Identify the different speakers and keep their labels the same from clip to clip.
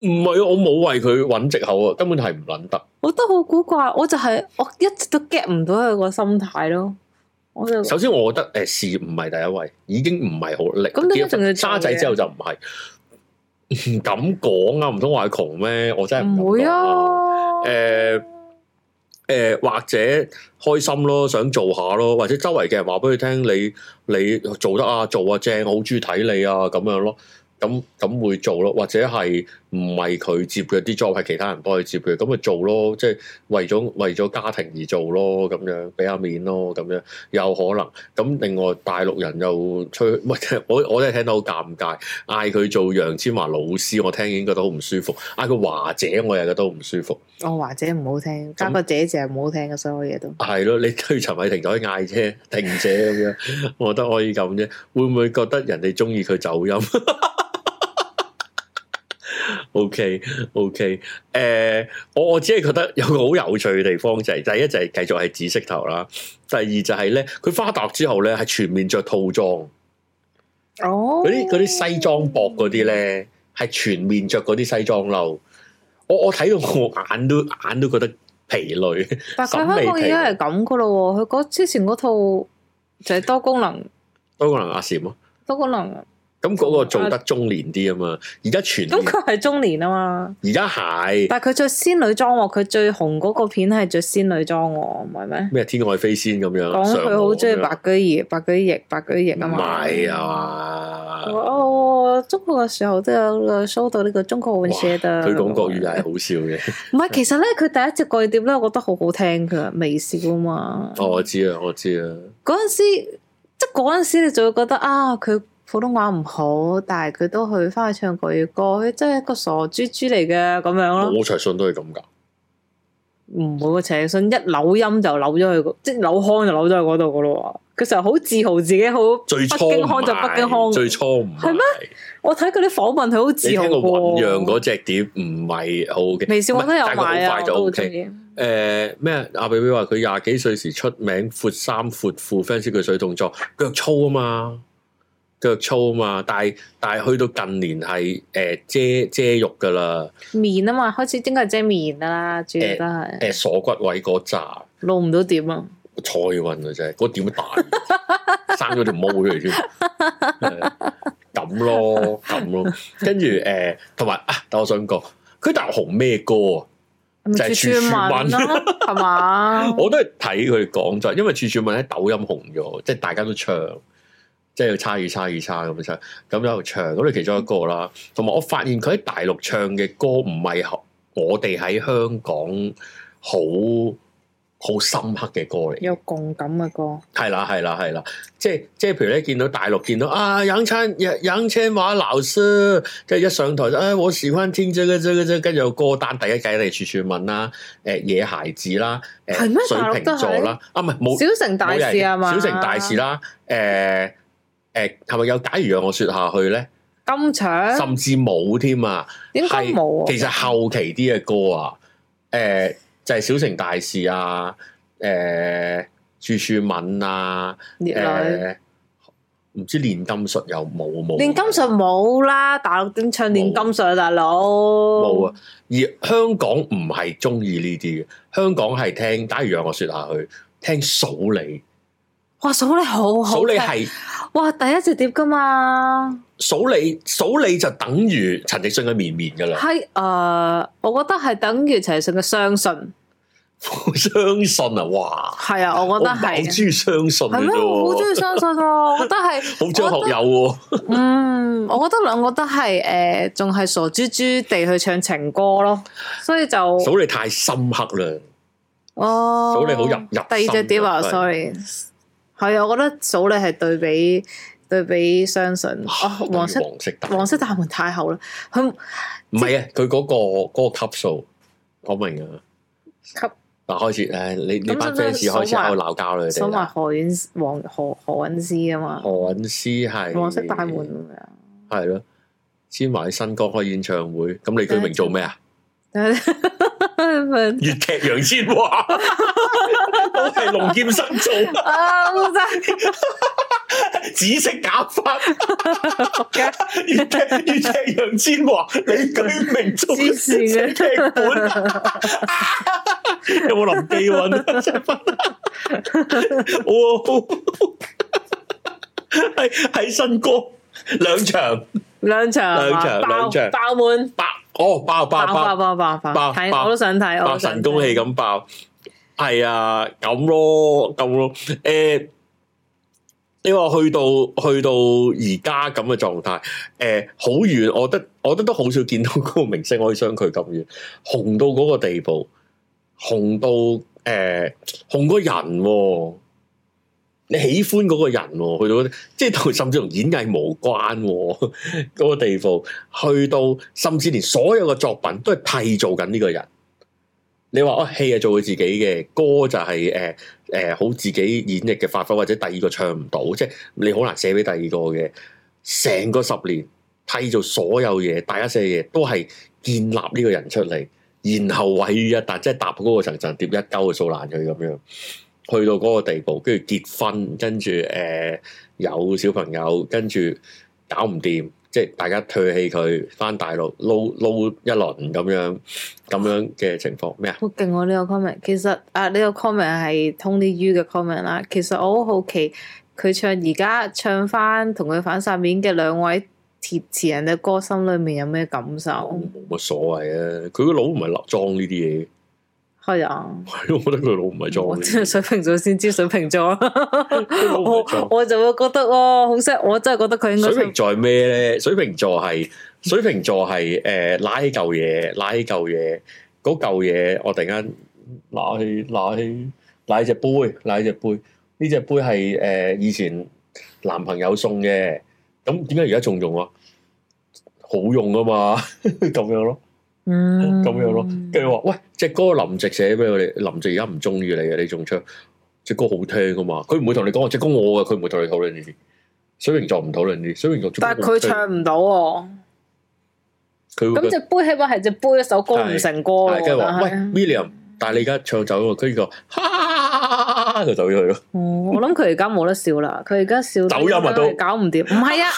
Speaker 1: 唔係啊，我冇為佢揾藉口啊，根本係唔撚得。
Speaker 2: 我覺得好古怪，我就係、我一直都 get 唔到佢個心態咯。我就
Speaker 1: 首先，我覺得誒事業唔係第一位，已經唔係好力。
Speaker 2: 咁點解仲要做
Speaker 1: 沙仔
Speaker 2: 嘢
Speaker 1: 之後就唔係？ 唔敢講啊！唔通話佢窮咩？我真係敢
Speaker 2: 唔會
Speaker 1: 講！
Speaker 2: 啊。
Speaker 1: 誒誒，呃或者開心咯，想做下咯，或者周圍嘅人話俾佢聽，你你做得啊，做啊正，好中意睇你啊，咁樣咯。咁咁會做咯，或者係唔係佢接嘅啲 job 係其他人幫佢接嘅，咁咪做咯，即係為咗為咗家庭而做咯，咁樣俾下面咯，咁樣有可能。咁另外大陸人又吹， 唔係我我真係聽到好尷尬，嗌佢做楊千嬅老師，我聽已經覺得好唔舒服；嗌佢華姐，我又覺得好唔舒服。
Speaker 2: 我華姐哦唔好聽，加個姐字係唔好聽嘅，所有嘢都。
Speaker 1: 係咯，你推陳偉霆就可以嗌啫， 婷姐咁樣，我覺得可以咁啫。會唔會覺得人哋中意佢走音？OK OK，誒、我我只係覺得有個好有趣嘅地方就係、第一就係繼續係紫色頭啦，第二就係咧，佢花搭之後咧係全面着套裝，
Speaker 2: 哦，
Speaker 1: 嗰啲嗰啲西裝薄嗰啲咧係全面着嗰啲西裝褸，我我睇到我眼都眼都覺得疲累。
Speaker 2: 但佢
Speaker 1: 審
Speaker 2: 香
Speaker 1: 美
Speaker 2: 港
Speaker 1: 疲
Speaker 2: 而家係咁噶咯喎，佢嗰之前嗰套就係多功能，
Speaker 1: 不過可能阿啊嬋咯。
Speaker 2: 多功能，
Speaker 1: 咁嗰個做得中年啲啊嘛，而家全
Speaker 2: 咁
Speaker 1: 年
Speaker 2: 佢係中年啊嘛，
Speaker 1: 而家係
Speaker 2: 但係佢着仙女裝喎，佢最紅嗰個片係着仙女裝喎，唔係咩？
Speaker 1: 咩天外飛仙咁樣，
Speaker 2: 講
Speaker 1: 上
Speaker 2: 佢好
Speaker 1: 網
Speaker 2: 中意
Speaker 1: 咁樣
Speaker 2: 白居易，白居易，白居易啊
Speaker 1: 唔
Speaker 2: 嘛，
Speaker 1: 係啊嘛，
Speaker 2: 哦，中國嘅時候都有個 show 到呢個中國
Speaker 1: 哇
Speaker 2: 混血的。
Speaker 1: 佢講國語係好笑嘅，
Speaker 2: 唔係，其實咧佢第一隻貴碟咧，我覺得好好聽㗎，微笑啊嘛。
Speaker 1: 哦我知啊，我知啊，
Speaker 2: 嗰陣時，即係嗰陣時，你就會覺得啊，佢普通話唔好，但係佢都去翻去唱國語歌，佢真係一個傻豬豬嚟嘅咁樣咯。
Speaker 1: 我陳奕迅都係咁噶，
Speaker 2: 唔會喎，陳奕迅一扭音就扭咗去個，即係扭腔就扭咗去嗰度噶咯喎。佢成日好自豪自己好，
Speaker 1: 最初
Speaker 2: 北京腔就北京腔
Speaker 1: 唔係最初唔
Speaker 2: 係咩
Speaker 1: 咩？
Speaker 2: 我睇佢啲訪問，佢好
Speaker 1: 你
Speaker 2: 自豪
Speaker 1: 聽過醖釀
Speaker 2: 喎。
Speaker 1: 嗰只碟唔係好嘅，
Speaker 2: 微笑我都有
Speaker 1: 唔係但係
Speaker 2: 買
Speaker 1: 佢好
Speaker 2: 啊，
Speaker 1: 快
Speaker 2: 我
Speaker 1: 就
Speaker 2: 都好
Speaker 1: O
Speaker 2: 中
Speaker 1: K。
Speaker 2: 意。
Speaker 1: 誒呃咩？啊阿比比話佢廿幾歲時出名闊衫闊褲 fans 佢水動作，腳粗啊嘛，腳粗啊嘛。但係但係去到近年係誒、呃遮遮肉㗎啦，
Speaker 2: 面啊嘛，開始應該係遮面㗎啦，主要都
Speaker 1: 誒、
Speaker 2: 係
Speaker 1: 呃鎖骨位嗰扎
Speaker 2: 露唔到點啊。
Speaker 1: 蔡運啊真係，嗰點大生咗條毛出嚟添，係咁咯咁咯。跟住誒，同、埋啊，但我想講佢大學紅咩歌啊？
Speaker 2: 咪
Speaker 1: 就係
Speaker 2: 處
Speaker 1: 處
Speaker 2: 處
Speaker 1: 聞
Speaker 2: 聞咯，係嘛？
Speaker 1: 我都係睇佢講咗，因為處處問喺抖音紅咗，即係大家都唱，即係差與差與差咁樣唱，咁喺度唱，咁你其中一個啦。同埋我發現佢喺大陸唱嘅歌唔係我哋喺香港好好深刻嘅歌嚟，
Speaker 2: 有共感啊嘅歌，
Speaker 1: 係啦係啦係啦，即係即係譬如咧見到大陸見到啊楊千楊千嬅老師，跟住一上台就啊我喜歡聽這個這個這個跟住有歌單第一計你處處問啦，誒野孩子啦，
Speaker 2: 係咩
Speaker 1: 誒
Speaker 2: 大
Speaker 1: 水
Speaker 2: 陸都
Speaker 1: 瓶
Speaker 2: 係
Speaker 1: 座啦，啊唔係冇。
Speaker 2: 小城大事啊嘛，
Speaker 1: 小城大事，啦，誒誒係咪有假如讓我説下去咧？
Speaker 2: 金腸
Speaker 1: 甚至冇添啊！
Speaker 2: 啊應該冇啊
Speaker 1: 係其實後期啲嘅歌啊，誒、就係、小城大事啊，誒、處處吻啊，
Speaker 2: 烈
Speaker 1: 誒、
Speaker 2: 女。
Speaker 1: 唔知煉金術有冇冇？啊
Speaker 2: 連金術冇啦，大陸點唱連金術啊，大佬？
Speaker 1: 冇
Speaker 2: 冇
Speaker 1: 啊！！而香港唔係中意呢啲嘅，香港係聽假如讓我説下去，聽數你，
Speaker 2: 哇，數你好好，
Speaker 1: 數你係。
Speaker 2: 哇第一隻碟噶嘛，
Speaker 1: 數你數你就等於陳奕迅嘅綿綿噶啦，
Speaker 2: 係誒，呃我覺得係等於陳奕迅嘅相信，
Speaker 1: 我相信啊，哇！
Speaker 2: 係啊，我覺得
Speaker 1: 我唔係好
Speaker 2: 係。
Speaker 1: 中意相信
Speaker 2: 係
Speaker 1: 嘅
Speaker 2: 咩？我好中
Speaker 1: 啫
Speaker 2: 意相信 喎，我覺得
Speaker 1: 喎，好張
Speaker 2: 係，我
Speaker 1: 學
Speaker 2: 覺得
Speaker 1: 友喎，
Speaker 2: 嗯，我覺得兩個都係誒，仲、係傻豬豬地去唱情歌咯，所以就
Speaker 1: 數你太深刻啦，
Speaker 2: 哦，
Speaker 1: 數你好入入
Speaker 2: 第二隻碟啊
Speaker 1: 心㗎
Speaker 2: ，sorry，係啊，我覺得數你係對比對比相信，哦，黃色
Speaker 1: 啊黃色大
Speaker 2: 黃色大門太厚啦，佢
Speaker 1: 唔係啊，佢嗰個嗰個級數，我明啊，
Speaker 2: 級
Speaker 1: 嗱開始誒，你你班
Speaker 2: 咁使
Speaker 1: fans
Speaker 2: 唔使
Speaker 1: 開始
Speaker 2: 數埋
Speaker 1: 喺度鬧交啦，你
Speaker 2: 數
Speaker 1: 哋
Speaker 2: 埋
Speaker 1: 啦
Speaker 2: 何婉黃何何韻詩啊嘛，
Speaker 1: 何韻詩係
Speaker 2: 黃色大門咁樣。
Speaker 1: 係咯，簽埋新歌開演唱會，咁李居明做咩啊？
Speaker 2: 但係
Speaker 1: 粵劇楊千 嬅都係龍劍生做。
Speaker 2: 啊，真係
Speaker 1: 黐紫色假 髮，
Speaker 2: 街
Speaker 1: 越踢越踢楊千嬅，你舉命中
Speaker 2: 黐線嘅
Speaker 1: 寫劇本， 有冇林記韻啊？ 真係不 哇！喺喺哦新歌兩場
Speaker 2: 兩場啊
Speaker 1: 兩場
Speaker 2: 爆
Speaker 1: 兩場
Speaker 2: 爆滿，
Speaker 1: 爆哦爆爆
Speaker 2: 爆爆
Speaker 1: 爆
Speaker 2: 爆爆
Speaker 1: 爆
Speaker 2: 爆，睇
Speaker 1: 爆
Speaker 2: 我都想睇，啊我
Speaker 1: 爆啊
Speaker 2: 都想睇
Speaker 1: 神功戲咁爆，係啊咁咯咁咯誒。你話去到去到而家咁嘅狀態，誒、好遠，我覺得我覺得都好少見到嗰個明星可以相距咁遠，紅到嗰個地步，紅到誒、呃、紅個人、喎，你喜歡嗰個人、喎，去到即係同甚至同演藝無關喎嗰、個地步，去到甚至連所有嘅作品都係締造緊呢個人。你話哦，戲係做佢自己嘅，歌就係誒誒好自己演繹嘅發揮，或者第二個唱唔到，即係你好難寫俾第二個嘅。成個十年替做所有嘢，大家寫嘅嘢都係建立呢個人出嚟，然後毀於一旦，即係搭嗰個層層疊一鳩就掃爛佢咁樣，去到嗰個地步，跟住結婚，跟住誒有小朋友，跟住搞唔掂，即係大家唾棄佢，翻大陸撈撈一輪咁樣咁樣嘅情況咩啊？
Speaker 2: 好勁喎！呢個 comment，其實啊呢個 comment 係 Tony U 嘅 comment 啦。其實我好好奇佢唱而家唱翻同佢反晒面嘅兩位填詞人嘅歌，心裏面有咩感受？
Speaker 1: 冇乜所謂啊！佢個腦唔係立裝呢啲嘢，
Speaker 2: 係啊，
Speaker 1: 係我覺得佢個腦唔係裝
Speaker 2: 我
Speaker 1: 呢
Speaker 2: 真係
Speaker 1: 啲
Speaker 2: 水瓶座先知水瓶座，
Speaker 1: 嘢，佢腦唔係
Speaker 2: 我
Speaker 1: 裝。
Speaker 2: 我就會覺得哇，好識！我真係覺得佢應該
Speaker 1: 水瓶座係咩咧？水瓶座係水瓶座係誒拉起嚿嘢，拉起嚿嘢，嗰嚿嘢我突然間拉起拉起拉起隻杯，拉起隻杯，呢隻杯係誒、呃以前男朋友送嘅，咁點解而家仲用啊？好用啊嘛， 咁樣咯。
Speaker 2: 嗯
Speaker 1: 咁樣咯跟住話，喂，隻歌林夕寫俾我哋，林夕而家唔中意你嘅，你仲唱隻歌好聽噶嘛？佢唔會同你講，隻歌我嘅，佢唔會同你討論呢啲。水瓶座唔討論呢啲，水瓶座隻歌
Speaker 2: 但係佢
Speaker 1: 好
Speaker 2: 唱唔到喎，
Speaker 1: 聽，佢會
Speaker 2: 咁隻杯起碼係隻杯一首歌唔成歌咯
Speaker 1: 係，跟住話，喂
Speaker 2: 但係
Speaker 1: ，William，但係你而家唱走咗，跟住佢話哈哈，就走咗去咯。
Speaker 2: 哦，我諗佢而家冇得笑啦，佢而家笑
Speaker 1: 走音啊都
Speaker 2: 應該係搞唔掂，唔係啊，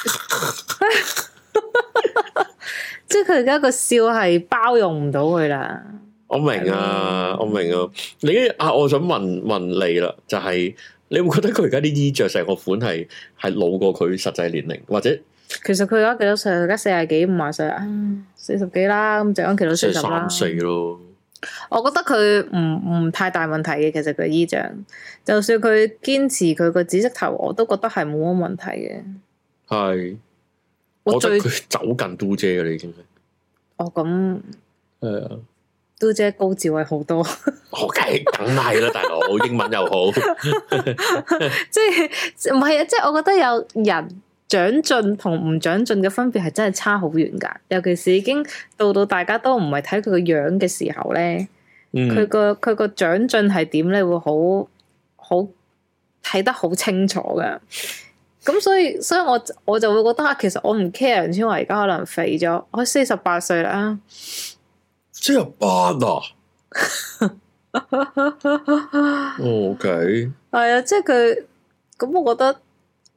Speaker 2: 即係佢而家個笑係包容唔到佢啦。
Speaker 1: 我明啊，
Speaker 2: 嗯
Speaker 1: 我明啊。你啊，我想問問你啦，就係、你會覺得佢而家啲衣着成個款係係老過佢實際年齡，或者
Speaker 2: 其實佢而家幾多歲？啊佢而家四十幾、五十歲啊，四十幾啦，咁就安琪到四十啦
Speaker 1: 三。四咯？
Speaker 2: 我覺得佢唔唔太大問題嘅，其實佢衣着，就算佢堅持佢個紫色頭，我都覺得係冇乜問題嘅。
Speaker 1: 係。
Speaker 2: 我
Speaker 1: 我覺得
Speaker 2: 最
Speaker 1: 佢走近都姐嘅啦，已經係。
Speaker 2: 哦咁，
Speaker 1: 係啊，
Speaker 2: 都姐高智慧好多。
Speaker 1: 我梗係梗係啦，大佬， 英文又好，
Speaker 2: 即係唔係啊？即係我覺得有人長進同唔長進嘅分別係真係差好遠㗎。尤其是已經到到大家都唔係睇佢個樣嘅時候咧，佢
Speaker 1: 嗯，
Speaker 2: 個佢個長進係點咧，會好好睇得好清楚㗎。咁所以，所以我我就會覺得啊，其實我唔 care 楊千嬅而家可能肥咗，我四十八歲啦，
Speaker 1: 即係班 啊，O K，
Speaker 2: 係啊，即係佢咁，我覺得，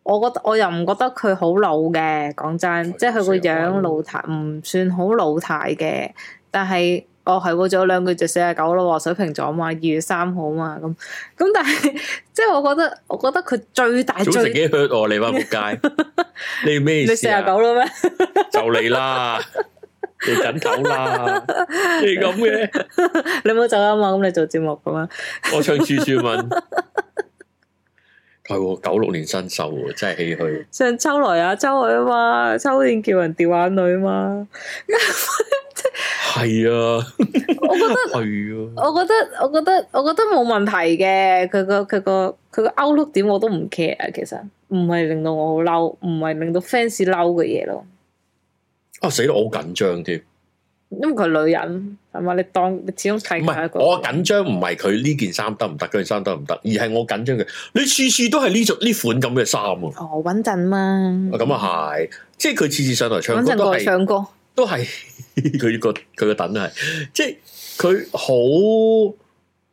Speaker 2: 我覺得我又唔覺得佢好老嘅，講真，即係佢個樣老態，唔算好老態嘅。但係，哦係喎，仲有兩句就四十九咯喎，水瓶座嘛，二月三號嘛，咁咁，但係 即係我覺得，我覺得佢最大
Speaker 1: 早成
Speaker 2: 最
Speaker 1: 幾 hurt 我你班仆街， 你咩
Speaker 2: 你
Speaker 1: 意
Speaker 2: 四
Speaker 1: 思
Speaker 2: 十
Speaker 1: 啊？
Speaker 2: 九啦咩？
Speaker 1: 就你啦，你緊頭 啦，你咁嘅，
Speaker 2: 你冇走啊嘛，咁你做節目咁樣，
Speaker 1: 我唱處處問，係喎，九六年新秀喎，真係唏噓，
Speaker 2: 上秋來啊，秋去啊嘛，秋天叫人掉眼淚嘛，
Speaker 1: 係啊，
Speaker 2: 我覺得。
Speaker 1: 係啊，
Speaker 2: 我覺得我覺得我覺得冇問題嘅，佢個佢個佢個 outlook 點我都唔 care 啊，其實唔係令到我好嬲，唔係令到 fans 嬲嘅嘢咯，
Speaker 1: 啊死啦，我好緊張添。
Speaker 2: 因為佢係女人係嘛，你當你始終睇
Speaker 1: 唔
Speaker 2: 佢係
Speaker 1: 係
Speaker 2: 一，個
Speaker 1: 我緊張唔係佢呢件衫得唔得，嗰件衫得唔得，而係我緊張佢。你次次都係呢種呢款咁嘅衫喎，
Speaker 2: 哦穩陣嘛，
Speaker 1: 咁啊係，即係佢次次上台唱
Speaker 2: 穩
Speaker 1: 歌
Speaker 2: 陣
Speaker 1: 都
Speaker 2: 過
Speaker 1: 係
Speaker 2: 唱歌，
Speaker 1: 都係佢個佢個等係，即係佢好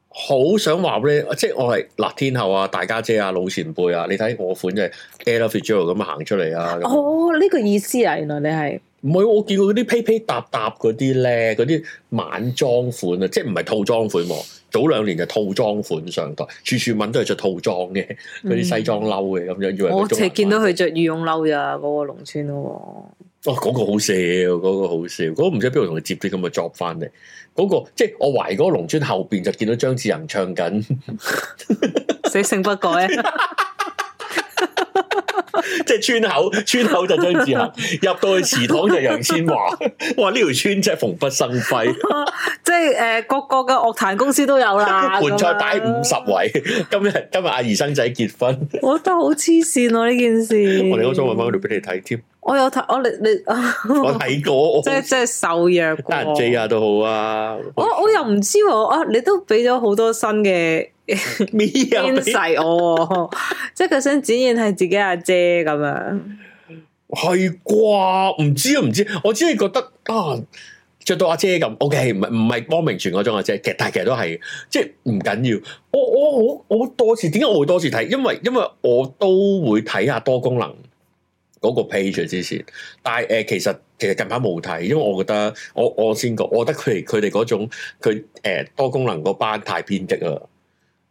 Speaker 1: 好想話俾你，即係我係嗱天后啊、大家姐啊、老前輩啊，你睇我款就係 Ella Fitzgerald 咁行出嚟啊！咁
Speaker 2: 哦，呢個意思啊，原來你係
Speaker 1: 唔係我見過嗰啲披披搭搭嗰啲咧，嗰啲晚裝款啊，即係唔係套裝款喎？早兩年就套裝款上台，處處吻都係着套裝嘅，嗰啲西裝褸嘅咁樣，以為
Speaker 2: 嗯
Speaker 1: 佢
Speaker 2: 我
Speaker 1: 中
Speaker 2: 淨係
Speaker 1: 環
Speaker 2: 見到
Speaker 1: 晚
Speaker 2: 佢着羽絨褸咋，嗰個農村嗰
Speaker 1: 哦，嗰、個好笑，嗰、個好笑，嗰、個唔知邊度同佢接啲咁嘅 job 翻嚟，嗰、個即係我懷疑嗰個農村後邊就見到張智霖唱緊，
Speaker 2: 個，死性不改啊！
Speaker 1: 即係村口村口就張智霖， 入到去祠堂就楊千嬅，哇！呢條村真係蓬蓽生輝，
Speaker 2: 即係誒，各個嘅樂壇公司都 有啦。
Speaker 1: 盤菜擺
Speaker 2: 咁樣
Speaker 1: 五十位，今日今日阿兒生仔結婚，
Speaker 2: 我覺得好黐線咯呢件事。
Speaker 1: 我哋好想揾翻嗰條俾你睇添，
Speaker 2: 我有睇，我你 你，
Speaker 1: 我睇過，我
Speaker 2: 即哦係即係受虐
Speaker 1: 得人 J
Speaker 2: 嘅。
Speaker 1: 啊都好啊，
Speaker 2: 我 我又唔知喎，啊你都俾咗好多新嘅
Speaker 1: 咩啊？
Speaker 2: 牽勢我 喎，即係佢想展現係自己阿姐咁樣。
Speaker 1: 係啩？唔知啊，唔知。我只係覺得啊，着到阿姐咁，OK，唔係唔係光明全嗰種阿姐，其實但係其實都係，即係唔緊要。我我我我多次點解我會多次睇？因為因為我都會睇下多功能嗰個 page 之前，但係誒、呃其實其實近排冇睇，因為我覺得我我先講，我覺得佢哋佢哋嗰種佢誒、呃多功能嗰班太偏激啦，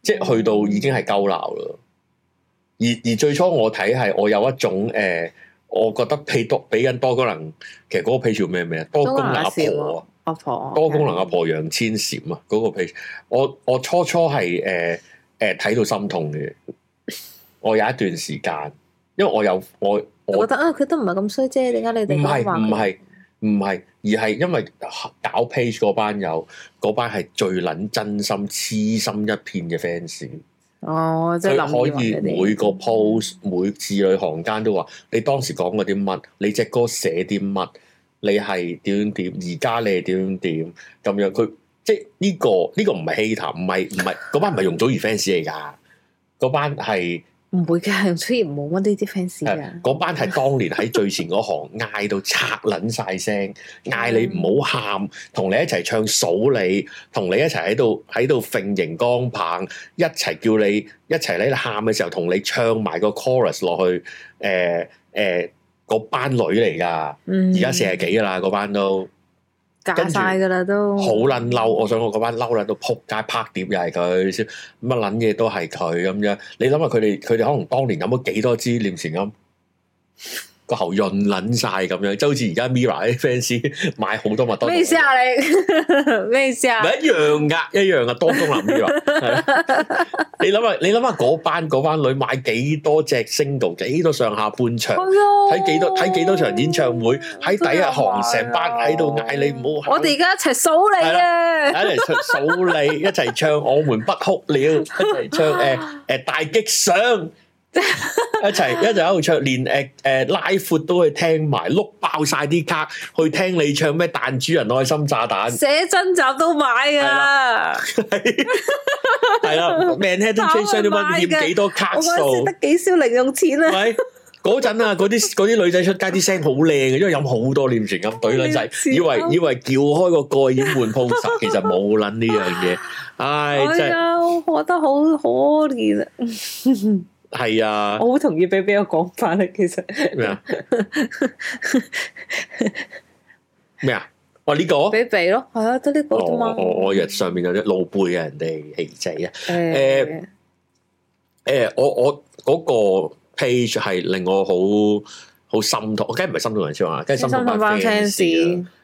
Speaker 1: 即係去到已經係鳩鬧啦。而而最初我睇係我有一種誒。呃我覺得俾多俾緊多功能，其實嗰個 page 叫咩名啊？多功能阿
Speaker 2: 多功能阿
Speaker 1: 婆啊，
Speaker 2: 阿婆，
Speaker 1: 多功能阿婆楊千嬅啊，嗰、個 page，我我初初係誒誒睇到心痛嘅，我有一段時間，因為我有我
Speaker 2: 我
Speaker 1: 我
Speaker 2: 覺得啊，佢都唔係咁衰啫，點解你
Speaker 1: 唔
Speaker 2: 哋
Speaker 1: 係
Speaker 2: 咁話佢
Speaker 1: 唔係唔係，而係因為搞 page 嗰班友，嗰班係最撚真心痴心一片嘅 fans。
Speaker 2: 哦，即係
Speaker 1: 佢
Speaker 2: 林二
Speaker 1: 可以
Speaker 2: 汶嗰啲
Speaker 1: 每個 post 每字裏行間都話你當時講過啲乜，你隻歌寫啲乜，你係點點點，而家你係點點點咁樣。佢即係呢、個呢、個唔係 hater，唔係唔係嗰班唔係容祖兒 fans 嚟㗎，嗰班係
Speaker 2: 唔會嘅， 容祖兒冇乜呢啲 fans 啊
Speaker 1: 誒
Speaker 2: 嘅。
Speaker 1: 嗰班係當年喺最前嗰行嗌到拆撚晒聲，嗌你唔好喊，同你一齊唱數你，同你一齊喺度喺度揈熒光棒，一齊叫你一齊喺度喊嘅時候，同你唱埋個 chorus 落去，誒誒嗰班女嚟㗎，
Speaker 2: 嗯，
Speaker 1: 而家四十幾㗎啦，嗰班都。
Speaker 2: 嫁
Speaker 1: 跟住
Speaker 2: 晒㗎啦都。
Speaker 1: 好撚
Speaker 2: 哦
Speaker 1: 嬲，我想我嗰班嬲撚到撲街拍碟又係佢，先乜撚嘢都係佢咁樣。你諗下佢哋佢哋可能當年飲咗幾多支念前音，個喉潤撚晒咁樣，即係好似而家 Mira 啲 fans 買好多麥當勞。
Speaker 2: 咩意思啊你？ 咩意思啊？
Speaker 1: 咪一樣噶，一樣噶，多功能 Mirror 係 啦。你諗下，你諗下嗰班嗰班女買幾多隻 single，幾多上下半場，
Speaker 2: 哦
Speaker 1: 睇
Speaker 2: 睇
Speaker 1: 幾多睇幾多場演唱會，喺第一行
Speaker 2: 啊
Speaker 1: 成班喺度嗌你唔好喊啊
Speaker 2: 我哋而家一齊數你
Speaker 1: 一
Speaker 2: 啊！
Speaker 1: 齊唱數你，一齊唱我們不哭了，一齊唱誒誒大激賞，一齊一齊喺度唱，連誒誒拉闊都去聽埋，碌爆晒啲卡，去聽你唱咩彈珠人愛心炸彈，
Speaker 2: 寫真集都買
Speaker 1: 係
Speaker 2: 㗎，
Speaker 1: 係啦，Manhattan Train 相對蚊欠幾多卡
Speaker 2: 我嗰陣時
Speaker 1: 數
Speaker 2: 得，幾少零用錢
Speaker 1: 係
Speaker 2: 啊！
Speaker 1: 咪？嗰陣啊，嗰啲嗰啲女仔出街啲聲好靚嘅，因為飲好多念泉咁懟撚仔，
Speaker 2: 念
Speaker 1: 以
Speaker 2: 泉
Speaker 1: 為
Speaker 2: 庵
Speaker 1: 以為撬開個蓋已經換 pose，其實冇撚呢樣嘢，唉，
Speaker 2: 哎
Speaker 1: 真係
Speaker 2: 呀，我覺得好可憐啊！
Speaker 1: 係啊。
Speaker 2: 我好同意 B B 嘅講法啦，其實
Speaker 1: 咩 啊？咩啊？我呢個哦
Speaker 2: 比比咯，係啊，得呢個啫嘛。
Speaker 1: 我我日上面有啲露背啊，人哋氣仔啊！
Speaker 2: 誒，
Speaker 1: 誒，我我嗰個 page 係令我好好心痛，我梗係唔係心痛人超啊，梗係
Speaker 2: 心
Speaker 1: 心痛
Speaker 2: 心班
Speaker 1: 班 fans 啊
Speaker 2: fans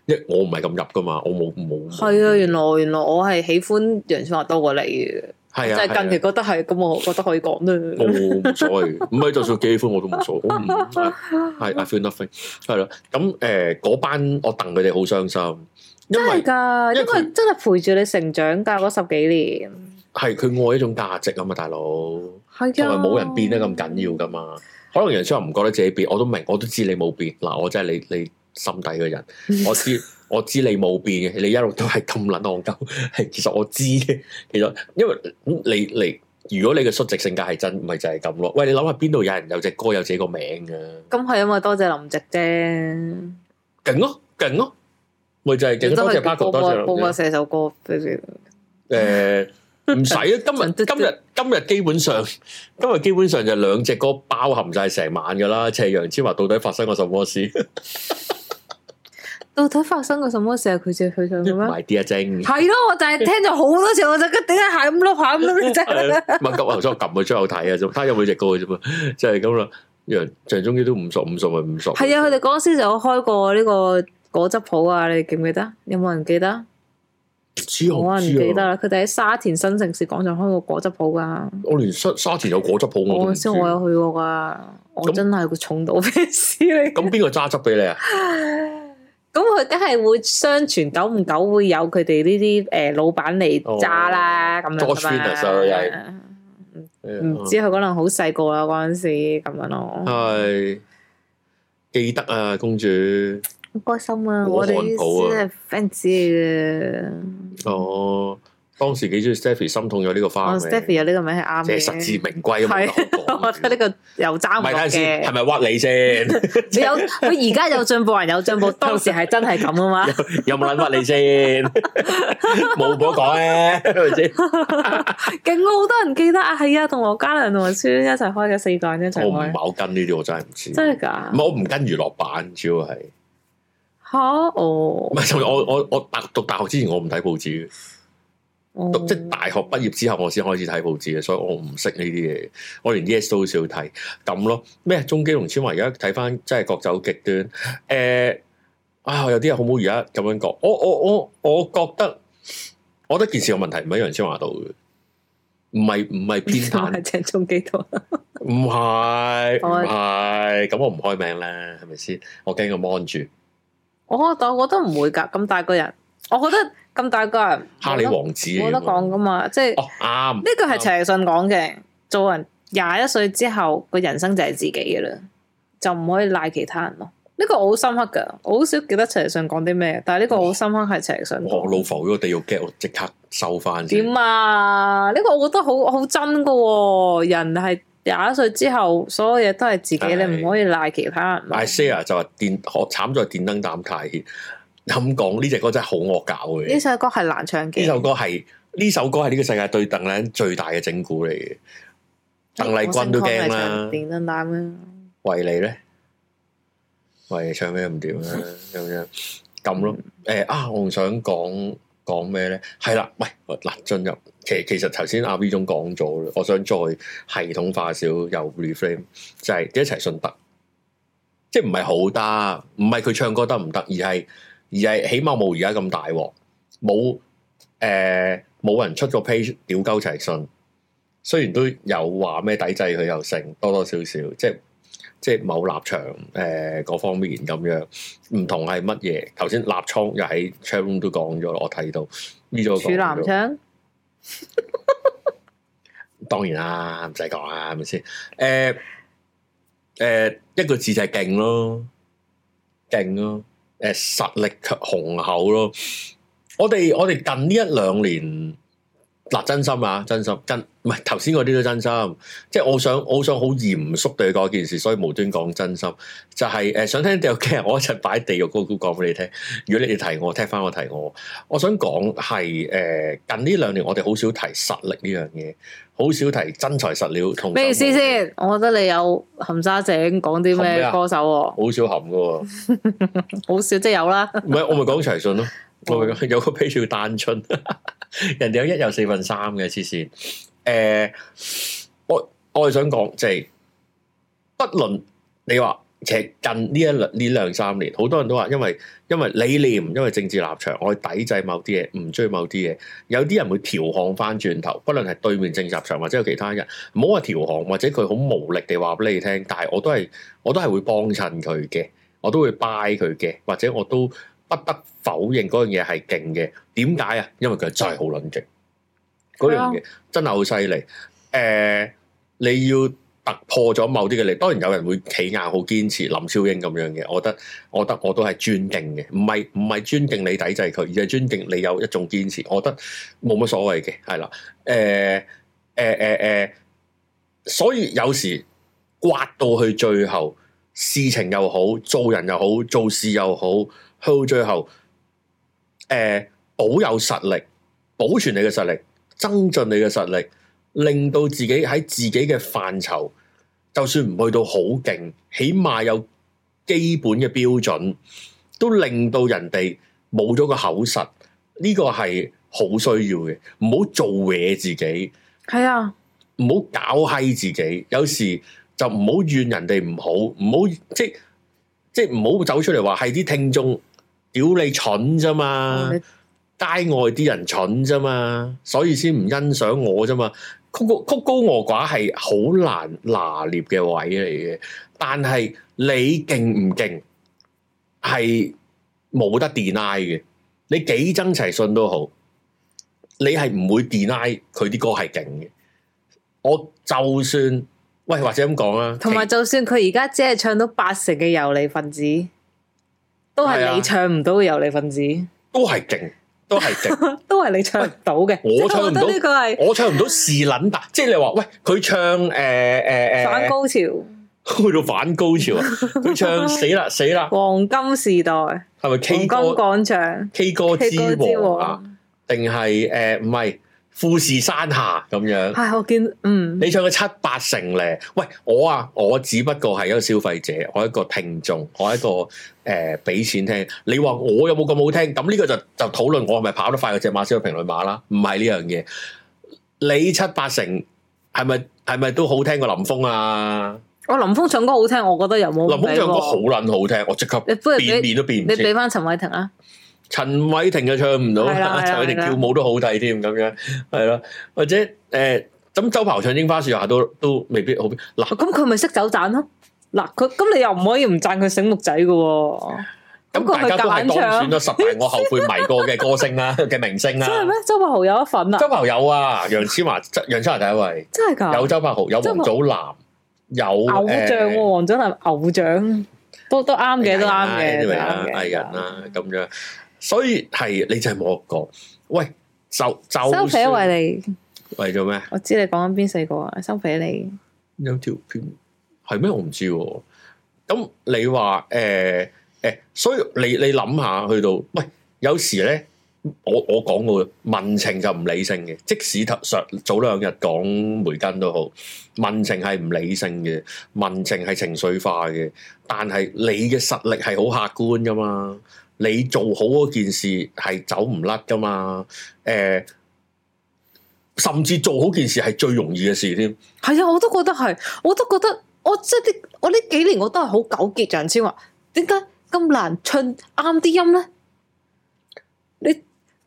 Speaker 1: 因為我唔係咁入噶嘛，我冇冇
Speaker 2: 係啊，原來原來我係喜歡楊千嬅多過你嘅，
Speaker 1: 係
Speaker 2: 就
Speaker 1: 啊，
Speaker 2: 係近
Speaker 1: 係
Speaker 2: 期
Speaker 1: 啊
Speaker 2: 覺得係咁，我覺得可以講
Speaker 1: 我
Speaker 2: 啦。
Speaker 1: 冇所謂，唔係就算幾喜歡我都冇所謂，我唔係係 à, I feel nothing 係啦。咁誒嗰班我戥佢哋好傷心，因
Speaker 2: 真
Speaker 1: 為
Speaker 2: 係㗎，
Speaker 1: 因為
Speaker 2: 因為真係陪住你成長㗎嗰十幾年，
Speaker 1: 係佢愛一種價值啊嘛，大佬。
Speaker 2: 係啊，
Speaker 1: 同埋冇人變得咁緊要噶嘛。可能楊千嬅唔覺得自己變，我都明，我都知你冇變。嗱，我真係你你心底嘅人，我知 我知你冇變嘅，你一路都係咁撚戇鳩。 係其實我知嘅，其實因為你你如果你嘅率直性格係真，咪就係咁咯。喂，你諗下邊度有人有隻歌有自己個名嘅？
Speaker 2: 咁係因為多謝林夕啫，
Speaker 1: 勁咯，勁咯，咪就係勁。多謝
Speaker 2: 幫
Speaker 1: Paco，多
Speaker 2: 我幫我
Speaker 1: 謝
Speaker 2: 寫首歌俾你。
Speaker 1: 誒 唔使啊！ 今日
Speaker 2: 嘟嘟
Speaker 1: 今日今日基本上， 今日基本上就兩隻歌包含晒成晚噶啦。斜陽之話到底發生過什麼事？
Speaker 2: 到底發生過什麼事啊？佢就去上嘅 咩？
Speaker 1: 埋啲啊 精，
Speaker 2: 係咯，我就係聽咗好多次，我就覺得點解係咁碌下咁 碌真
Speaker 1: 係
Speaker 2: 係
Speaker 1: 啊唔係咁我頭先我撳佢最後睇啊，啫，睇下有冇只歌嘅啫嘛， 就係咁啦。楊鄭中基都五熟，五熟咪五熟。
Speaker 2: 係啊！佢哋嗰時就有開過呢個果汁鋪啊，你記唔記得？有冇人記得？
Speaker 1: 知
Speaker 2: 冇
Speaker 1: 我
Speaker 2: 人
Speaker 1: 知
Speaker 2: 記得
Speaker 1: 啊！
Speaker 2: 啦。佢哋喺沙田新城市廣場開過果汁鋪噶，
Speaker 1: 我連沙沙田有果汁鋪我都
Speaker 2: 我
Speaker 1: 唔知。
Speaker 2: 先我有去過噶，我
Speaker 1: 咁
Speaker 2: 真係個重 度 fans 嚟。
Speaker 1: 咁邊個揸汁俾你啊？
Speaker 2: 咁佢梗係會相傳久唔久會有佢哋呢啲誒老闆嚟揸啦，咁、
Speaker 1: George
Speaker 2: 樣噶
Speaker 1: Venus 哦啊又係嗯
Speaker 2: 嘛。 唔知啊佢可能好細個啦嗰陣時咁樣
Speaker 1: 啊
Speaker 2: 咯，
Speaker 1: 係哎記得啊，公主。
Speaker 2: 好開心啊！
Speaker 1: 好
Speaker 2: 我哋
Speaker 1: 漢堡啊
Speaker 2: 先係 fans 嚟
Speaker 1: 哦，當時幾中意 Stephy，心痛有呢個
Speaker 2: 嘅，
Speaker 1: 花名。
Speaker 2: 我哦 Stephy 有呢個名係啱
Speaker 1: 即
Speaker 2: 嘅，
Speaker 1: 係實至名歸咁
Speaker 2: 係
Speaker 1: 樣講。
Speaker 2: 我覺得呢個又爭
Speaker 1: 唔係
Speaker 2: 唔
Speaker 1: 睇
Speaker 2: 落
Speaker 1: 下先，係
Speaker 2: 嘅。
Speaker 1: 咪屈你先？
Speaker 2: 你有佢而家有進步，人 有進步，當時係真係咁啊嘛。
Speaker 1: 有冇撚屈你 先？冇冇講咧，係咪先？
Speaker 2: 勁啊好多人記得啊，係啊，同羅嘉良同埋孫一齊開嘅四個人一齊
Speaker 1: 我唔係
Speaker 2: 開，
Speaker 1: 好跟呢啲，我真係唔知。
Speaker 2: 真係
Speaker 1: 唔係
Speaker 2: 㗎
Speaker 1: 我唔跟娛樂版，主要係
Speaker 2: 嚇哦
Speaker 1: 唔。係？就我我我大讀大學之前我唔睇報紙嘅，
Speaker 2: 哦
Speaker 1: 讀
Speaker 2: 嗯
Speaker 1: 即係大學畢業之後我先開始睇報紙嘅，所以我唔識呢啲嘢，我連 Yes 都好少睇咁咯。咩中基同千華而家睇翻真係各走極端。誒、啊，有啲人好唔好而家咁樣講？我我我我覺得，我覺得件事有問題，唔喺楊千華度嘅，唔係唔係偏袒
Speaker 2: 係鄭中基度，
Speaker 1: 唔係
Speaker 2: 我
Speaker 1: 唔係，咁我唔開名啦，係咪先？我驚佢 mon 住
Speaker 2: 我但我覺得唔會㗎，咁大個人，我覺得咁大個人，
Speaker 1: 哈利王子嚟㗎
Speaker 2: 冇得
Speaker 1: 嘛
Speaker 2: 講噶嘛，即係呢
Speaker 1: 哦，啱，
Speaker 2: 個係陳奕迅講嘅，做人廿一歲之後個人生就係自己嘅啦，就唔可以賴其他人咯。呢個我好深刻㗎，我好少記得陳奕迅講啲咩，但係呢個我好深刻係陳奕迅
Speaker 1: 我
Speaker 2: 講。
Speaker 1: 老浮嗰個地獄 get，我即刻收翻先。
Speaker 2: 點啊？呢個我覺得好好真㗎喎，人係廿一歲之後，所有嘢都係自己，你
Speaker 1: 係
Speaker 2: 唔可以賴其他人咯。
Speaker 1: I share 就話電，我慘在電燈膽太熱。 咁講呢只歌真係好惡搞嘅。
Speaker 2: 呢首歌係難唱嘅。
Speaker 1: 呢首歌係呢首歌係呢個世界對鄧麗欣最大嘅整蠱嚟嘅。鄧麗君都驚啦，
Speaker 2: 電燈膽啦，
Speaker 1: 為你咧，為你唱咩唔掂啦，咁樣咁咯。誒啊，我仲想講講咩咧？係啦，喂嗱，進入其其實頭先阿 V 總講咗啦，我想再系統化少又 reframe，就係一齊信德，即係唔係好得，唔係佢唱歌得唔得，而係而係起碼冇而家咁大鑊，冇誒冇人出個 page 屌鳩齊信，雖然都有話咩抵制佢又成多多少少，即係即係某立場誒嗰、方面咁樣，唔同係乜嘢？頭先立倉又喺 chat room 都講咗啦，我睇到呢咗
Speaker 2: 處男
Speaker 1: 講咗，
Speaker 2: 唱
Speaker 1: 當然啦，唔使講啦，係咪先？誒、誒、呃一個字就係勁咯，勁咯，誒、實力雄厚咯。我哋我哋近呢一兩年。嗱，真心啊，真心，真唔係頭先嗰啲都真心，即係我想，我想好嚴肅對嗰件事，所以無端講真心，就係、誒、想聽地獄嘅，我一陣擺地獄高高講俾你聽。如果你哋提我，踢翻我提我，我想講係誒近呢兩年我哋好少提實力呢樣嘢，好少提真材實料同
Speaker 2: 咩意思先？我覺得你有含沙井講啲
Speaker 1: 含咩
Speaker 2: 咩
Speaker 1: 啊
Speaker 2: 歌手喎，
Speaker 1: 好少冚噶喎。
Speaker 2: 好少即係有啦。
Speaker 1: 唔係，我咪講齊信咯。我咪
Speaker 2: 哦
Speaker 1: 講有 個 page 叫單春， 人哋有一有四分三嘅黐線。誒、我我係想講就係、不論你話其實近呢一兩呢兩三年，好多人都話因為因為理念，因為政治立場，我去抵制某啲嘢，唔追某啲嘢。有啲人會調侃翻轉頭，不論係對面政治立場或者有其他人，唔好話調侃，或者佢好無力地話俾你聽，但係我都係我都係會幫襯佢嘅，我都會 buy 佢嘅，或者我都不得否認嗰樣嘢係勁嘅。點解啊？因為佢真係好撚勁，嗰樣嘢真係好犀利。誒、你要突破咗某啲嘅力，當然有人會企硬好堅持林超英咁樣嘅，我覺得我覺得我都係尊敬嘅，唔係唔係尊敬你抵制佢，而係尊敬你有一種堅持，我覺得冇乜所謂嘅，係啦，誒誒誒誒，所以有時刮到去最後，事情又好，做人又好，做事又好，去到最後，誒、保有實力，保存你嘅實力，增進你嘅實力，令到自己喺自己嘅範疇，就算唔去到好勁，起碼有基本嘅標準，都令到人哋冇咗個口實。呢個係好需要嘅，唔好做嘢自己，
Speaker 2: 係啊，
Speaker 1: 唔好搞閪自己。有時就唔好怨人哋唔好，唔好即即唔好走出嚟話係啲聽眾屌你蠢啫嘛。
Speaker 2: 你
Speaker 1: 街外啲人蠢啫嘛，所以先唔欣賞我啫嘛。曲高曲高和寡係好難拿捏嘅位嚟嘅，但係你勁唔勁係冇得 deny 嘅。你幾憎齊信都好，你係唔會 deny 佢啲歌係勁嘅。我就算喂，或者咁講啦，
Speaker 2: 同埋就算佢而家只係唱到八成嘅遊離分子，都
Speaker 1: 係
Speaker 2: 係
Speaker 1: 啊
Speaker 2: 你唱唔到嘅遊離分子，
Speaker 1: 都係勁，都係勁。
Speaker 2: 都係你唱唔到嘅。
Speaker 1: 我
Speaker 2: 即係
Speaker 1: 唱唔
Speaker 2: 覺
Speaker 1: 到
Speaker 2: 得呢個係
Speaker 1: 我唱唔到是撚但，即係你話喂佢唱誒誒誒，
Speaker 2: 反高潮，
Speaker 1: 去到反高 潮啊！佢唱死啦死啦，
Speaker 2: 黃金時代，黃
Speaker 1: 係咪 K
Speaker 2: 金
Speaker 1: 歌
Speaker 2: 廣場
Speaker 1: K 歌
Speaker 2: ，K 歌之
Speaker 1: 之王啊？
Speaker 2: 王。
Speaker 1: 定係誒唔係富士山下咁樣？
Speaker 2: 係我見，嗯，
Speaker 1: 你唱咗七八成咧，喂我啊，我只不過係一個消費者，我一個聽眾，我一個誒俾、錢聽。你話我有冇咁好聽？咁呢個就就討論我係咪跑得快過只馬小嘅評論馬啦？唔係呢樣嘢。你七八成係咪係咪都好聽過林峰啊？
Speaker 2: 我林峰唱歌好聽，我覺得又冇
Speaker 1: 林峰唱歌好
Speaker 2: 好。
Speaker 1: 撚好聽，我即刻
Speaker 2: 你不如
Speaker 1: 變
Speaker 2: 俾
Speaker 1: 面都變唔
Speaker 2: 你
Speaker 1: 切。
Speaker 2: 俾翻陳偉霆啊，
Speaker 1: 陳偉霆就唱唔到 啦，
Speaker 2: 係啦係啦
Speaker 1: 陳偉霆
Speaker 2: 係啦
Speaker 1: 跳舞都好睇添，咁樣係啦，或者誒咁、周柏豪唱櫻花樹下都都未必好嗱，
Speaker 2: 咁佢咪識走盞咯？嗱，佢咁你又唔可以唔讚佢醒目仔嘅喎，
Speaker 1: 咁
Speaker 2: 咁佢咪
Speaker 1: 大家都係
Speaker 2: 夾硬
Speaker 1: 當選
Speaker 2: 唱？
Speaker 1: 咗十大我後悔迷過嘅歌 星啦嘅明星啦
Speaker 2: 真，係咩？周柏豪有一份啊
Speaker 1: 周！柏豪有啊，楊千嬅楊千嬅第一位，
Speaker 2: 真係㗎，
Speaker 1: 有周柏豪，有
Speaker 2: 啊周
Speaker 1: 王
Speaker 2: 柏
Speaker 1: 祖藍，有
Speaker 2: 偶像
Speaker 1: 誒啊
Speaker 2: 喎，黃祖藍偶像，都都啱嘅，都啱
Speaker 1: 藝人
Speaker 2: 嘅，都
Speaker 1: 啦啊
Speaker 2: 啱嘅
Speaker 1: 藝人啦咁樣，所以係你就係冇得講，喂就就
Speaker 2: 收皮
Speaker 1: 算
Speaker 2: 為你，
Speaker 1: 為咗咩？
Speaker 2: 我知你講緊邊四個啊？收皮你，
Speaker 1: 有條片係咩？我唔知喎。咁你話誒誒，所以你你諗下去到，喂，有時咧，我我講過民情就唔理性嘅，即使頭上早兩日講梅根都好，民情係唔理性嘅，民情係情緒化嘅，但係你嘅實力係好客觀噶嘛，你做好嗰件事係走唔甩噶嘛，誒、甚至做好件事係最容易嘅事添。
Speaker 2: 係啊，我都覺得係，我都覺得我即係啲我呢幾年我都係好糾結楊千嬅，點解咁難唱啱啲音咧？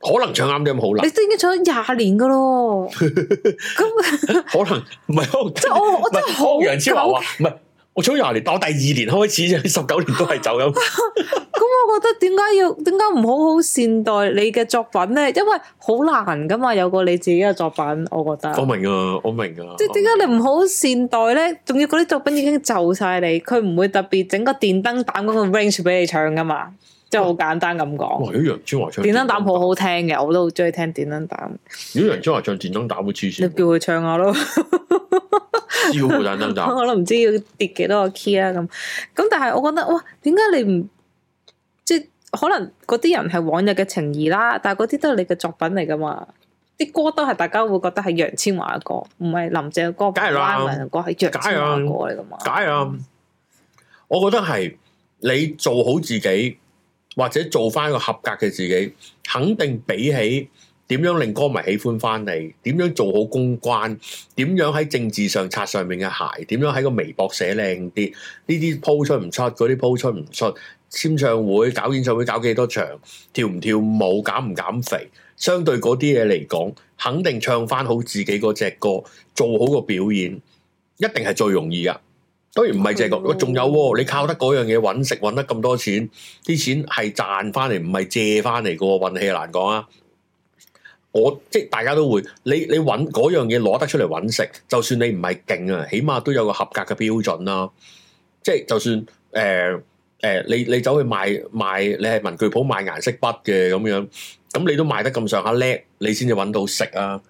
Speaker 1: 可能唱啱啲咁好
Speaker 2: 你都已經唱咗廿年噶 咯，咁
Speaker 1: 難，可能唔係可能
Speaker 2: 即係我我
Speaker 1: 唔係
Speaker 2: 真係好
Speaker 1: 可能楊千嬅話
Speaker 2: 糾，
Speaker 1: 唔係我做咗廿年，但我第二年開始啫， 十九年都係走咁。
Speaker 2: 咁我覺得點解要點解唔好好善待你嘅作品咧？因為好難噶嘛，有個你自己嘅作品，我覺得。
Speaker 1: 我明啊，我明啊。
Speaker 2: 即係點解你唔好善待咧？仲要嗰啲作品已經就晒你，佢唔會特別整個電燈膽嗰個 range 俾你唱噶嘛，即係好簡單咁講。
Speaker 1: 哇？如果楊千嬅唱
Speaker 2: 電燈膽好，好聽嘅，我都好中意聽電燈膽。
Speaker 1: 如果楊千嬅唱電燈膽會黐
Speaker 2: 你
Speaker 1: 線，
Speaker 2: 叫佢唱下咯，
Speaker 1: 超好電燈膽。
Speaker 2: 我都唔知要跌幾多個 key 啊咁。咁但係我覺得哇，點解你唔即係可能嗰啲人係往日嘅情誼啦，但係嗰啲都係你嘅作品嚟噶嘛？啲歌都係大家會覺得係楊千嬅嘅歌，唔係林鄭嘅歌，唔
Speaker 1: 梗係
Speaker 2: 係
Speaker 1: 啦
Speaker 2: 拉文嘅歌，係楊千
Speaker 1: 梗係啦
Speaker 2: 嬅嘅歌嚟噶嘛？
Speaker 1: 解啊！我覺得係你做好自己，或者做翻個合格嘅自己，肯定比起點樣令歌迷喜歡翻你，點樣做好公關，點樣喺政治上擦上面嘅鞋，點樣喺個微博寫靚啲，呢啲 po 出唔出，嗰啲 po 出唔出，簽唱會搞演唱會搞幾多場，跳唔跳舞，減唔減肥，相對嗰啲嘢嚟講，肯定唱翻好自己嗰隻歌，做好個表演，一定係最容易噶。當然唔係借個，
Speaker 2: 係喎
Speaker 1: 喂仲有喎、你靠得嗰樣嘢揾食揾得咁多錢，啲錢係賺翻嚟，唔係借翻嚟嘅喎，運氣難講啊！我即係大家都會，你你揾嗰樣嘢攞得出嚟揾食，就算你唔係勁啊，起碼都有個合格嘅標準啦、即係就算誒誒，你你走去賣賣，你係文具鋪賣顏色筆嘅咁樣，咁你都賣得咁上下叻，你先至揾到食呃啊！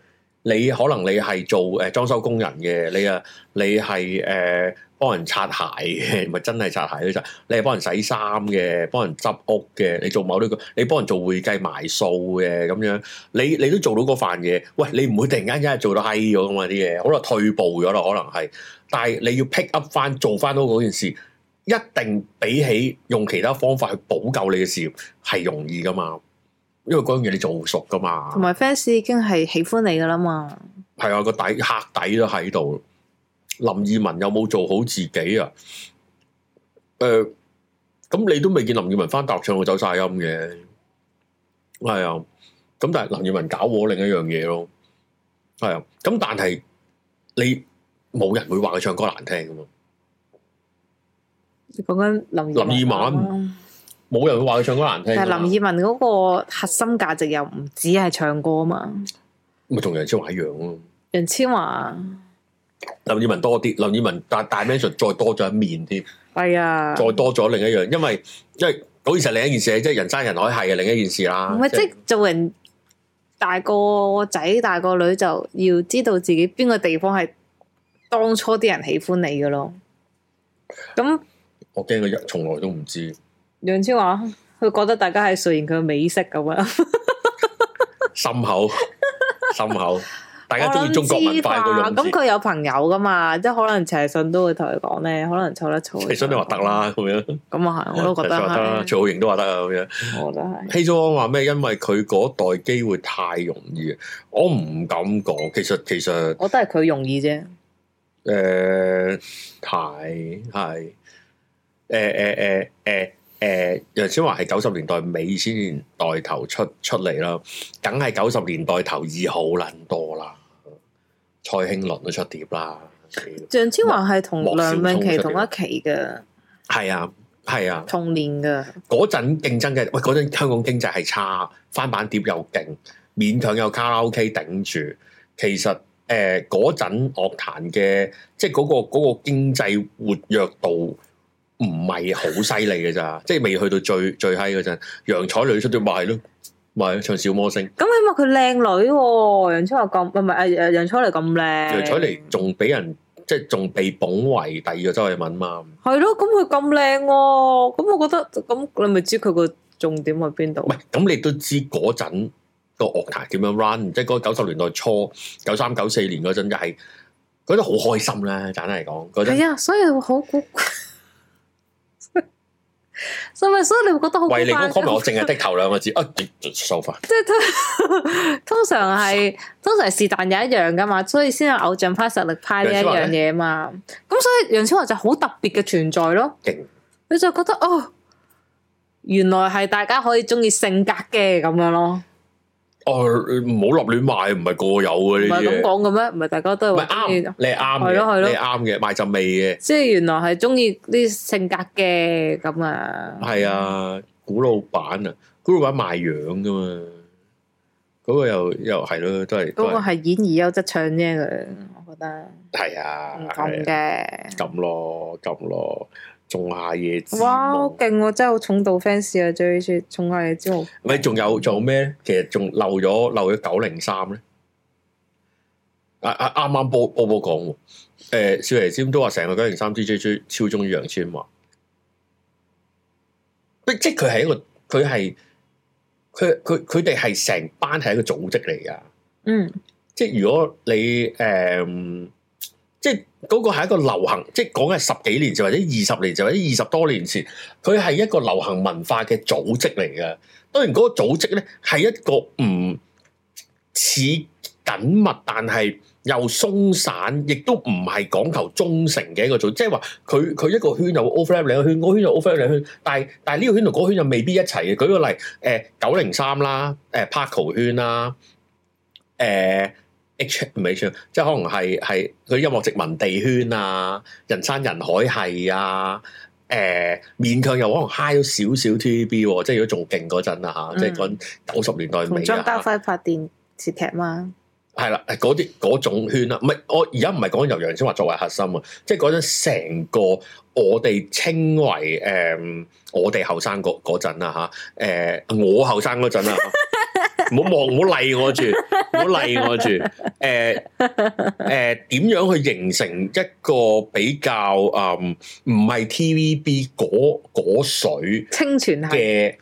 Speaker 1: 你可能你係做誒裝修工人嘅，你啊你係誒幫人擦鞋嘅，咪真係擦鞋嗰陣，你係幫人洗衫嘅，幫人執屋嘅，你做某啲個，你幫人做會計埋數嘅咁樣，你你都做到嗰份嘢，喂，你唔會突然間一日做到閪咗噶嘛啲嘢，可能退步咗啦，可能係，但係你要 pick up 翻做翻到嗰件事，一定比起用其他方法去補救你嘅事業係容易噶嘛，因為嗰樣嘢你做熟噶嘛
Speaker 2: 同，埋 fans 已經係喜歡你噶啦嘛，
Speaker 1: 係啊個底客底都喺度。林二汶有冇做好自己啊？誒、咁你都未見林二汶翻大陸唱過走晒音嘅，係啊。咁但係林二汶搞我另一樣嘢咯，係啊。咁但係你冇人會話佢唱歌難聽噶嘛？
Speaker 2: 你講緊林二
Speaker 1: 林二
Speaker 2: 汶，
Speaker 1: 冇人會話佢唱歌難聽㗎
Speaker 2: 但
Speaker 1: 嘛。
Speaker 2: 係林二汶嗰個核心價值又唔止係唱歌啊嘛，
Speaker 1: 咪同楊千嬅一樣咯。
Speaker 2: 楊千嬅
Speaker 1: 林二汶多啲，林二汶但 dimension 再多咗一面添。
Speaker 2: 係啊，
Speaker 1: 再多咗另一樣，因為因為好其實另一件事，即係人山人海啊係嘅另一件事啦。
Speaker 2: 唔係即係做人大個仔大個女就要知道自己邊個地方係當初啲人喜歡你嘅咯。咁
Speaker 1: 我驚佢一從來都唔知，
Speaker 2: 楊千嬅啊佢覺得大家係垂涎佢嘅美色咁啊樣，
Speaker 1: 心 口心口， 大
Speaker 2: 大
Speaker 1: 家中意中國文化個用
Speaker 2: 咁
Speaker 1: 字。
Speaker 2: 佢有朋友噶嘛，即係可能陳奕迅都會同佢講咧，可能湊得湊。
Speaker 1: 其實你話得，啦，咁樣，
Speaker 2: 咁啊係，我都覺得
Speaker 1: 其實話得啦，
Speaker 2: 係，
Speaker 1: 徐浩瑩都話得啊，咁樣。
Speaker 2: 我覺得係。
Speaker 1: 希中安話咩？因為佢嗰代機會太容易，我唔敢講。其實其實
Speaker 2: 我都係佢容易啫，
Speaker 1: 誒係係誒誒誒誒誒，楊千嬅係九十年代尾先年代頭出出嚟啦，梗係九十年代頭已好撚多啦。蔡興麟都出碟啦，
Speaker 2: 楊千嬅係同
Speaker 1: 莫
Speaker 2: 梁詠琪
Speaker 1: 莫少
Speaker 2: 同
Speaker 1: 聰
Speaker 2: 一期嘅，
Speaker 1: 係啊係啊，
Speaker 2: 同年嘅，
Speaker 1: 嗰陣競爭嘅，喂嗰陣香港經濟係差，翻版碟又勁，勉強有卡拉 OK 頂住。其實誒嗰陣樂壇嘅，即係嗰、個嗰、個經濟活躍度唔係好犀利嘅咋，即係未去到最最閪嗰陣。楊采妮出咗咪係咯，咪係咯唱小魔星。
Speaker 2: 咁起碼佢靚女喎，楊千嬅咁唔係誒誒楊采妮咁靚，
Speaker 1: 楊采妮仲俾人即係仲被捧為第二個周慧敏嘛。
Speaker 2: 係咯，咁佢咁靚喎，咁我覺得咁你咪知佢個重點喺邊度
Speaker 1: 唔？係，咁你都知嗰陣個樂壇點樣 run，即係嗰九十年代初，九三九四年嗰陣就係覺得好開心啦，簡單嚟講，嗰陣
Speaker 2: 係啊，所以好古，所以所以你會覺得好古
Speaker 1: 為你
Speaker 2: 怪
Speaker 1: 嗰 comment，我淨係的頭兩個字啊，收翻
Speaker 2: 即係通通常係通常係是但有一樣噶嘛，所以先有偶像派、實力派呢一樣嘢嘛。咁所以楊千嬅就好特別嘅存在咯。
Speaker 1: 勁
Speaker 2: 你就覺得哦，原來係大家可以中意性格嘅咁樣咯，
Speaker 1: 哦，唔好立亂賣，唔係個個有
Speaker 2: 唔
Speaker 1: 嘅呢
Speaker 2: 係
Speaker 1: 啲
Speaker 2: 咁
Speaker 1: 嘢，
Speaker 2: 講嘅咩？唔係大家都
Speaker 1: 唔係
Speaker 2: 係話中意
Speaker 1: 啱，，你係啱
Speaker 2: 係咯係
Speaker 1: 嘅，
Speaker 2: 咯
Speaker 1: 你係啱嘅，賣陣味嘅，
Speaker 2: 即係原來係中意啲性格嘅咁啊。
Speaker 1: 係啊，古老闆啊，古老闆賣樣噶嘛，嗰個又又係咯，都係都
Speaker 2: 嗰個
Speaker 1: 係
Speaker 2: 係演而優則唱啫，佢我覺得
Speaker 1: 係啊
Speaker 2: 唔，
Speaker 1: 係
Speaker 2: 咁
Speaker 1: 啊
Speaker 2: 嘅。
Speaker 1: 咁咯，咁咯，種下嘢之
Speaker 2: 哇，好
Speaker 1: 夢
Speaker 2: 勁喎！真係好重度 fans 啊，追住重下你之後，
Speaker 1: 咪仲有仲有咩咧？其實仲漏咗漏咗九零三咧。啊啊啱啱波波波講喎，誒、少爺尖都話成個九零三 DJ 追超中意楊千嬅，即即佢係一個佢係佢佢佢哋係成班係一個組織嚟㗎。
Speaker 2: 嗯，
Speaker 1: 即係如果你誒、即係嗰個係一個流行，即係講緊係十幾年前或者二十年前或者二十多年前，佢係一個流行文化嘅組織嚟嘅。當然嗰個組織咧係一個唔似緊密，但係又鬆散，亦都唔係講求忠誠嘅一個組織。即係話佢佢一個圈有 overlap 兩個圈，嗰個圈有 overlap 兩個圈，但係但係呢個圈同嗰個圈就未必一齊嘅。舉個例，誒九零三啦，誒 Parko 圈啦，誒、H 唔係 H，即係可能係係佢音樂殖民地圈啊，人山人海係啊，誒、勉強又可能 high 咗少少 TVB 喎、即係如果仲勁嗰陣啊嚇，即係講九十年代
Speaker 2: 同
Speaker 1: 尾
Speaker 2: 張家
Speaker 1: 啊，
Speaker 2: 輝拍電視劇嘛，
Speaker 1: 係啦，嗰啲嗰種圈啦、唔係我而家唔係講由楊千嬅作為核心啊，即係嗰陣成個我哋稱為誒、我哋後生嗰嗰陣啦嚇，誒、我後生嗰陣啦。唔好望，唔好例我住，唔好例我住。誒誒，點樣去形成一個比較誒唔係 TVB 嗰嗰水
Speaker 2: 清泉係
Speaker 1: 嘅，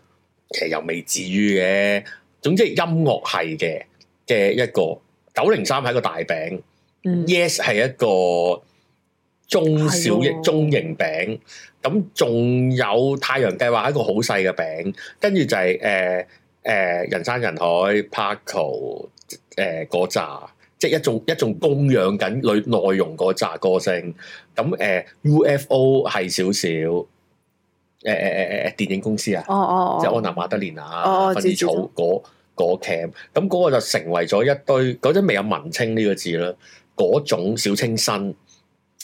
Speaker 1: 其實又未至於嘅。總之係音樂係嘅嘅一個九零三係一個大餅
Speaker 2: 嗯
Speaker 1: ，Yes 係一個中小型
Speaker 2: 係喎
Speaker 1: 中型餅，咁仲有太陽計劃係一個好細嘅餅，跟住就係誒誒人山人海 Paco 誒嗰扎，即係一種一種供養緊內內容嗰扎歌星，咁誒、呃 UFO 係少少誒誒誒誒電影公司啊。
Speaker 2: 哦哦
Speaker 1: 即係安
Speaker 2: 哦，
Speaker 1: 娜馬德蓮啊、
Speaker 2: 哦
Speaker 1: 薰
Speaker 2: 知
Speaker 1: 衣
Speaker 2: 知
Speaker 1: 草
Speaker 2: 知
Speaker 1: 嗰嗰 cam，咁嗰個就成為咗一堆嗰陣未有文青呢個字啦，嗰種小清新，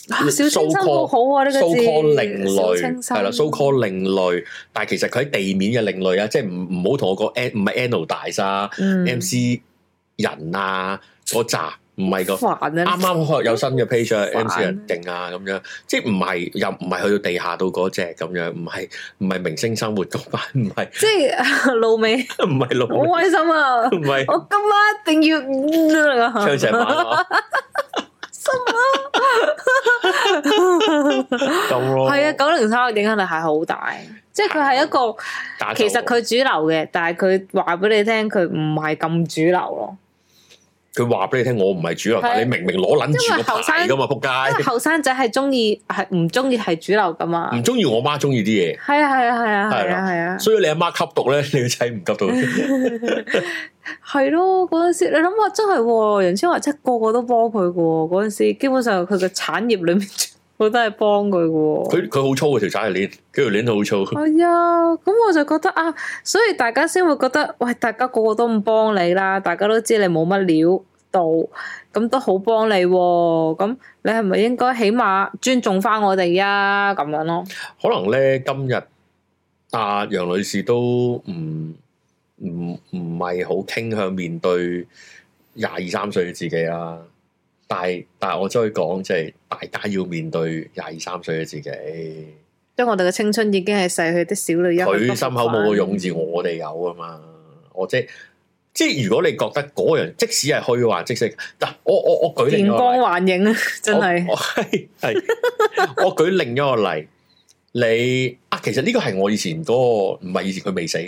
Speaker 2: 啊小清新
Speaker 1: so-called-
Speaker 2: 好好啊呢個
Speaker 1: so
Speaker 2: 字
Speaker 1: call 另
Speaker 2: 小
Speaker 1: 類
Speaker 2: 清新
Speaker 1: 係啦，so call 另類，但係其實佢喺地面嘅另類啊，即係唔唔好同我講 N 唔係 Anno 大沙
Speaker 2: 嗯
Speaker 1: MC 人啊嗰扎，唔係個。
Speaker 2: 煩啊
Speaker 1: 啱啱開有新嘅 page 啊
Speaker 2: 煩
Speaker 1: ，MC 人勁啊咁樣，即係唔係又唔係去到地下到嗰只咁樣，唔係唔係明星生活嗰班，唔係
Speaker 2: 即係 老味，
Speaker 1: 唔係老
Speaker 2: 好開心啊！
Speaker 1: 唔係
Speaker 2: 我今晚一定要嗯
Speaker 1: 唱 成晚啊，
Speaker 2: 啊
Speaker 1: 咁咯。
Speaker 2: 係啊，九零三嘅影響力係好大，即係佢係一個
Speaker 1: 打手
Speaker 2: 其實佢主流嘅，但係佢話俾你聽佢唔係咁主流咯。
Speaker 1: 佢話俾你聽，我唔係主流，
Speaker 2: 係啊
Speaker 1: 但你明明攞撚
Speaker 2: 因
Speaker 1: 住
Speaker 2: 為
Speaker 1: 個
Speaker 2: 後生
Speaker 1: 牌噶嘛，
Speaker 2: 因為
Speaker 1: 仆
Speaker 2: 後生仔係中意係唔中意係主流噶嘛
Speaker 1: 街。唔。中意我媽中意啲
Speaker 2: 係啊係啊係啊
Speaker 1: 嗯係
Speaker 2: 係
Speaker 1: 啦
Speaker 2: 啊係啊
Speaker 1: 嘢，，所以你阿媽吸毒咧，你個仔唔吸毒。
Speaker 2: 係咯嗰陣時，你諗下真係喎，楊千嬅真係個個都幫佢嘅喎。嗰陣時基本上佢嘅產業裏面我都係幫佢嘅喎。
Speaker 1: 佢佢好粗嘅條仔係鏈，佢條鏈好 粗。
Speaker 2: 係啊，咁我就覺得啊，所以大家先會覺得，喂，大家個個都唔幫你啦，大家都知你冇乜料到，咁都好幫你喎、咁你係咪應該起碼尊重翻我哋啊？咁樣咯，
Speaker 1: 可能咧今日阿楊女士都唔唔唔係好傾向面對廿二三歲嘅自己啦。但係但係我真係講，即係大家要面對廿二三歲嘅自己。
Speaker 2: 因為我哋嘅青春已經係逝去的小女人。
Speaker 1: 佢心口冇個勇字，我哋有啊嘛。我即即係如果你覺得嗰樣，即使係虛幻，即使嗱，我我我舉另一
Speaker 2: 電
Speaker 1: 個
Speaker 2: 光
Speaker 1: 例，
Speaker 2: 幻影啊，真係
Speaker 1: 我我係係我舉另一個例，你啊，其實呢個係我以前嗰、個，唔係以前佢未死，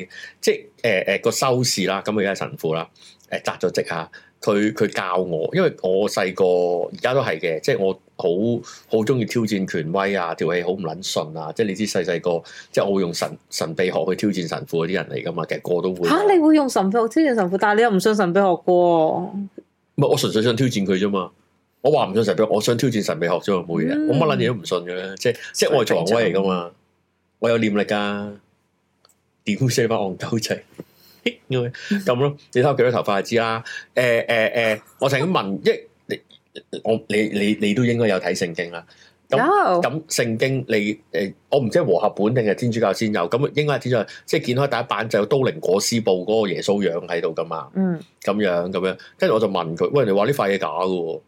Speaker 1: 即係誒誒個修士啦，咁佢而家係神父啦，誒擲咗職下，佢佢教我，因為我細個而家都係嘅，即係我好好中意挑戰權威啊，條氣好唔撚順啊，即係你知細細個，即係我會用神神秘學去挑戰神父嗰啲人嚟噶嘛，其實個個都會。
Speaker 2: 吓，你會用神秘學挑戰神父，但係你又唔信神秘學嘅喎。
Speaker 1: 唔係，我純粹想挑戰佢啫嘛。我話唔信神秘學，我想挑戰神秘學啫嘛，冇嘢。
Speaker 2: 嗯
Speaker 1: 我乜撚嘢都唔信嘅咧，即係即係我係做人威嚟噶嘛，我有念力噶。屌死翻戇鳩仔， 咁咯。你睇我幾多頭髮就知啦。誒誒誒，我曾經問， 因為你我你你你都應該有睇聖經啦。咁
Speaker 2: 有
Speaker 1: 咁聖經你誒、呃我唔知係和合本定係天主教先有，咁應該係天主教，即係見開第一版就有都靈裹屍布嗰個耶穌樣喺度噶嘛。
Speaker 2: 嗯，
Speaker 1: 咁樣咁樣，跟住我就問佢：喂，你話呢塊嘢假嘅喎？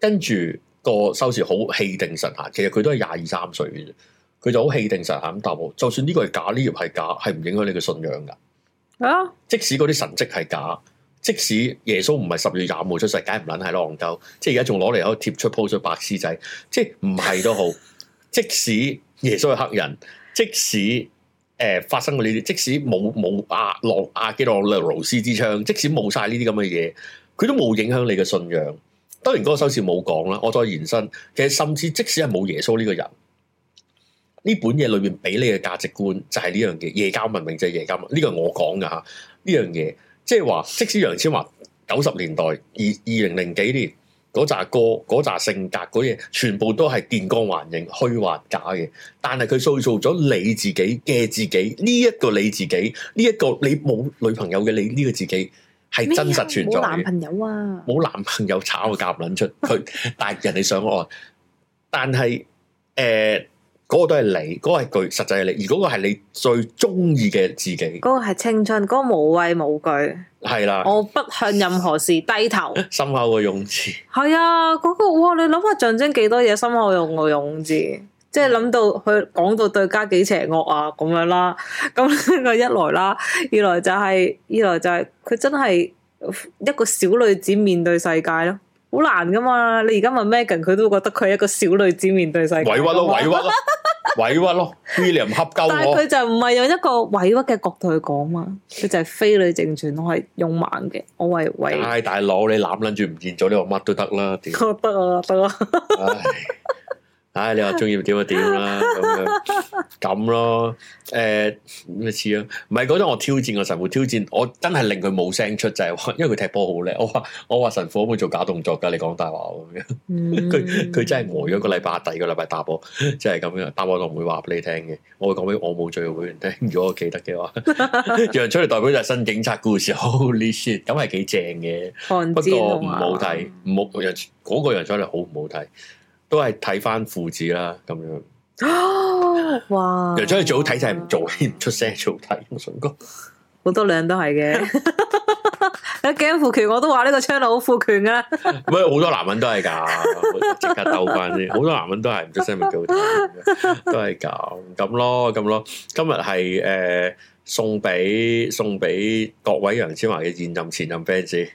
Speaker 1: 跟住個收視好氣定神閒，其實佢都係廿二三歲嘅啫，佢就好氣定神閒咁答我：就算呢個係假，呢頁係假，係唔影響你嘅信仰㗎。
Speaker 2: 係啊。
Speaker 1: 即使嗰啲神蹟係假，即使耶穌唔係十月廿五號出世，梗係唔撚係戇鳩。即係而家仲攞嚟喺度貼出 post 出白痴仔，即係唔係都好。即使耶穌係黑人，即使誒、呃、發生過呢啲，即使冇冇啊阿洛阿基洛羅斯之槍，即使冇晒呢啲咁嘅嘢，佢都冇影響你嘅信仰。當然嗰個收視冇講啦，我再延伸，其實甚至即使係冇耶穌呢個人。呢本嘢裏面俾你嘅價值觀就係呢樣嘢，耶教文明就係耶教文，呢個係我講㗎吓。呢樣嘢，即係話，即使楊千嬅九十年代二二零零幾年嗰扎歌、嗰扎性格、嗰嘢，全部都係電光幻影、虛幻假嘅，但係佢塑造咗你自己嘅自己，呢、一個你自己，呢、一個你冇女朋友嘅你呢、個自己係真實存在
Speaker 2: 冇男
Speaker 1: 嘅。
Speaker 2: 朋友啊，
Speaker 1: 冇男朋友炒個夾撚出佢， 但係人哋上岸，但係誒嗰個都係你，嗰、個係佢實際係你，而嗰個係你最中意嘅自己，
Speaker 2: 嗰個係青春，嗰個無畏無懼，
Speaker 1: 係啦。
Speaker 2: 我不向任何事低頭。
Speaker 1: 心口個用詞，
Speaker 2: 係啊，嗰個哇，你諗下象徵幾多嘢，心口用個勇字，即係諗到佢講到對家幾邪惡啊咁樣啦，咁呢個一來啦，二來就係、二來就係、佢真係一個小女子面對世界咯，好難噶嘛！你而家問 Megan，佢都會覺得佢係一個小女子面對世界，啊
Speaker 1: 委屈咯，委屈。咯，委屈咯，William 恰鳩
Speaker 2: 但係
Speaker 1: 我
Speaker 2: 佢，就唔係用一個委屈嘅角度去講嘛，佢就係非女正傳，我係勇猛嘅，我為為
Speaker 1: 唉大佬你攬撚住唔見咗，你話乜都得啦，屌！
Speaker 2: 覺 得啊得啊，
Speaker 1: 唉，唉，你話中意點就點啦，咁樣咁咯。誒咩似啊？唔係嗰陣我挑戰個神父，挑戰我真係令佢冇聲出，就係、話 因為佢踢波好叻。我話我話神父可唔可以做假動作㗎？你講大話我咁樣。佢
Speaker 2: 佢
Speaker 1: 佢真係呆咗個禮拜，第二個禮拜答我，即係咁樣。答我我唔會話俾你聽嘅，我會講俾我冇罪嘅會員聽。如果我記得嘅話， 楊出嚟代表就係新警察故事，Holy shit，咁係幾正嘅。
Speaker 2: 寒
Speaker 1: 不
Speaker 2: 戰
Speaker 1: 過
Speaker 2: 啊
Speaker 1: 唔
Speaker 2: 嘛
Speaker 1: 好睇，唔好人嗰個人出嚟好唔好睇，都係睇翻父子啦咁樣。
Speaker 2: 哇！
Speaker 1: 人出嚟最好睇就係唔做 戲唔出聲最好睇。我想講，
Speaker 2: 好多兩都係嘅。 你驚父權，我都話呢個 channel 好父權啊噶。
Speaker 1: 喂好多男人都係㗎， 即刻兜翻先。好多男人都係唔出聲咪最好睇，都係咁咁咯咁咯。今日係誒送俾送俾各位楊千嬅嘅現任前任 fans。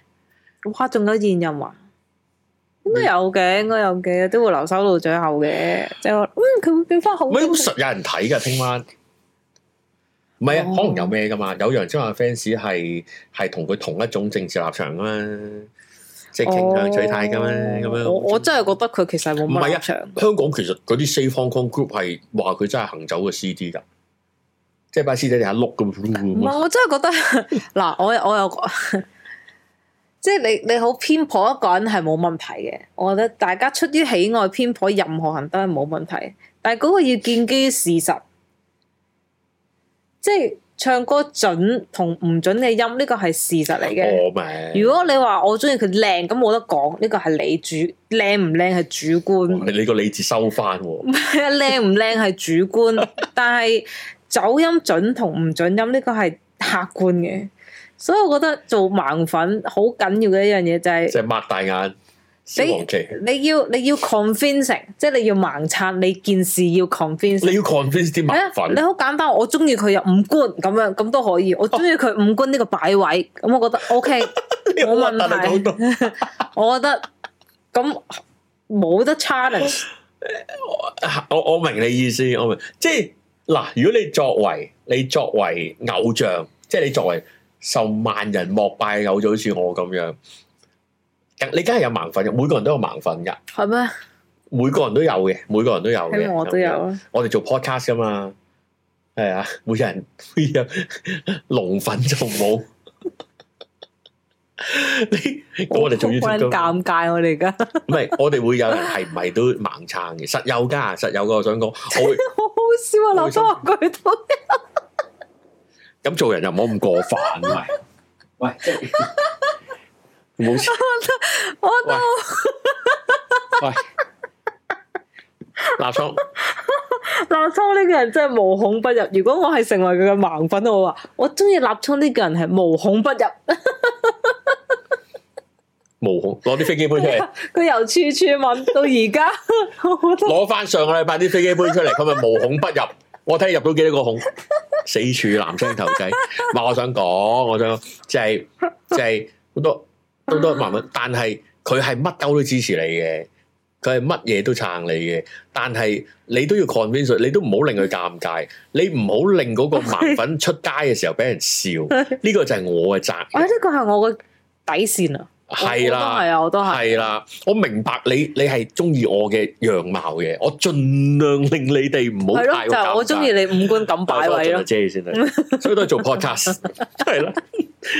Speaker 2: 哇，仲有現任啊？應該有
Speaker 1: 嗯
Speaker 2: 嘅，應該有嘅，都會留守到最後嘅。即係話，嗯，佢會變翻好。
Speaker 1: 喂，咁實有人睇㗎，聽晚。唔係啊，
Speaker 2: 哦
Speaker 1: 可能有咩㗎嘛？有楊千嬅 fans 係係同佢同一種政治立場㗎嘛，即係傾向取態㗎嘛，咁樣。
Speaker 2: 哦我我真係覺得佢其實冇
Speaker 1: 唔係啊
Speaker 2: 乜立場。
Speaker 1: 香港其實嗰啲 Safe Hong Kong Group 係話佢真係行走嘅 CD 㗎，即係把 CD 地下碌咁。
Speaker 2: 唔係，我真係覺得 嗱，我我又 即係你你好偏頗一個人係冇問題嘅，我覺得大家出於喜愛偏頗任何人都係冇問題，但係嗰個要建基於事實，即係唱歌準同唔準嘅音呢個係事實嚟嘅。
Speaker 1: 我明。
Speaker 2: 如果你話我中意佢靚，咁冇得講，呢個係你主靚唔靚係主觀。
Speaker 1: 哦你你個理智收翻喎，
Speaker 2: 係啊， 靚唔靚係 主觀，但係走音準同唔準音呢個係客觀嘅，所以我覺得做盲粉好緊要嘅一樣嘢就係、
Speaker 1: 即係擘大眼，小黃旗。
Speaker 2: 你要你要 convincing，即係你要盲撐，你件事要 convincing。
Speaker 1: 你要 convince 啲
Speaker 2: 係啊
Speaker 1: 麻粉
Speaker 2: 你。好簡單，我中意佢有五官咁樣，咁都可以。我中意佢五官呢個擺位，咁我覺得 OK，
Speaker 1: 好核突
Speaker 2: 冇
Speaker 1: 啊
Speaker 2: 問
Speaker 1: 講到
Speaker 2: 題。我覺得咁冇得 challenge。
Speaker 1: 我我明你意思，我明，即係嗱，如果你作為你作為偶像，即係你作為受萬人膜拜嘅偶像，好似我咁樣，你梗係有盲粉嘅，每個人都有盲粉噶，
Speaker 2: 係咩？
Speaker 1: 每個人都有嘅，每個人都有
Speaker 2: 希
Speaker 1: 嘅，
Speaker 2: 望我都有
Speaker 1: 咁樣。
Speaker 2: 啊。
Speaker 1: 我哋做 podcast 噶嘛，係啊，每人每人 龍粉就冇。 你我哋做
Speaker 2: 好
Speaker 1: YouTube 㗎嘛
Speaker 2: 尷尬，我哋而家。
Speaker 1: 唔係我哋會有人係唔係都盲撐嘅，實有噶，實有噶。我想講，我會。
Speaker 2: 好好笑啊！劉德華佢都
Speaker 1: 咁做人又唔好咁過分，喂喂，冇事，
Speaker 2: 我
Speaker 1: 喂喂，立倉，
Speaker 2: 立秋呢個人真係無孔不入。如果我係成為佢嘅盲粉，我話我中意立秋呢個人係無孔不入。
Speaker 1: 無孔攞啲飛機杯出嚟，
Speaker 2: 佢由處處問到而家， 我覺得
Speaker 1: 攞翻上個禮拜啲飛機杯出嚟，佢咪無孔不入。 我睇你入到幾多個孔，死處男聲頭仔。唔係我想講，我想講就係、就係、好多好多慢慢，但係佢係乜鳩都支持你嘅，佢係乜嘢都撐你嘅，但係你都要 convince 佢，你都唔好令佢尷尬，你唔好令嗰個盲粉出街嘅時候俾人笑，呢個就係 我嘅責
Speaker 2: 啊
Speaker 1: 任，
Speaker 2: 呢個係我嘅底線啊！
Speaker 1: 係啦。
Speaker 2: 係啊，我都係。
Speaker 1: 係啦，我明白你你係中意我嘅樣貌嘅，我盡量令你哋唔好
Speaker 2: 係
Speaker 1: 太
Speaker 2: 咯，就係我中意你五官 咁擺位咯。
Speaker 1: 遮先 啦，所以都係做 podcast 係啦，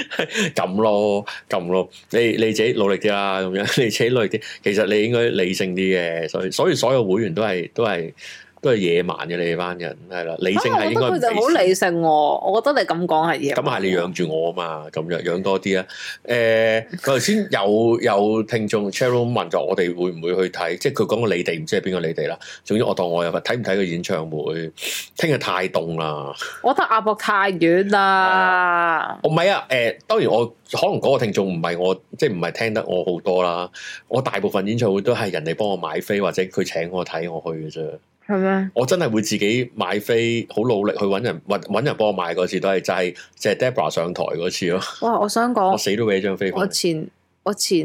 Speaker 1: 咁咯咁咯，你你自己努力啲啦，咁樣 你自己努力啲。其實你應該理性啲嘅，所以所以所有會員都係都係都係野蠻嘅你哋班人係啦，理性
Speaker 2: 啊我
Speaker 1: 係
Speaker 2: 覺
Speaker 1: 應
Speaker 2: 得
Speaker 1: 該
Speaker 2: 佢
Speaker 1: 唔
Speaker 2: 就好
Speaker 1: 俾
Speaker 2: 理性喎。我覺得你咁講係嘢。
Speaker 1: 咁係你養住我啊嘛，咁樣養多啲啊。誒、 佢頭先有有聽眾 Cheryl 問咗我哋會唔會去睇，即係佢講個你哋唔知係邊個你哋啦。總之我當我有份睇唔睇個演唱會，聽日太凍啦。
Speaker 2: 我覺得阿伯太遠啦。
Speaker 1: 我唔係啊，誒、當然我可能嗰個聽眾唔係我，即係唔係聽得我好多啦。我大部分演唱會都係人哋幫我買飛或者佢請我睇我去嘅啫。啊
Speaker 2: 係咩？
Speaker 1: 我真係會自己買飛，好努力去揾人揾揾人幫我買嗰次都係就係就係 Debra 上台嗰次咯，
Speaker 2: 哇！我想
Speaker 1: 我
Speaker 2: 講，
Speaker 1: 死都俾張飛
Speaker 2: 我
Speaker 1: 翻嚟。
Speaker 2: 前我前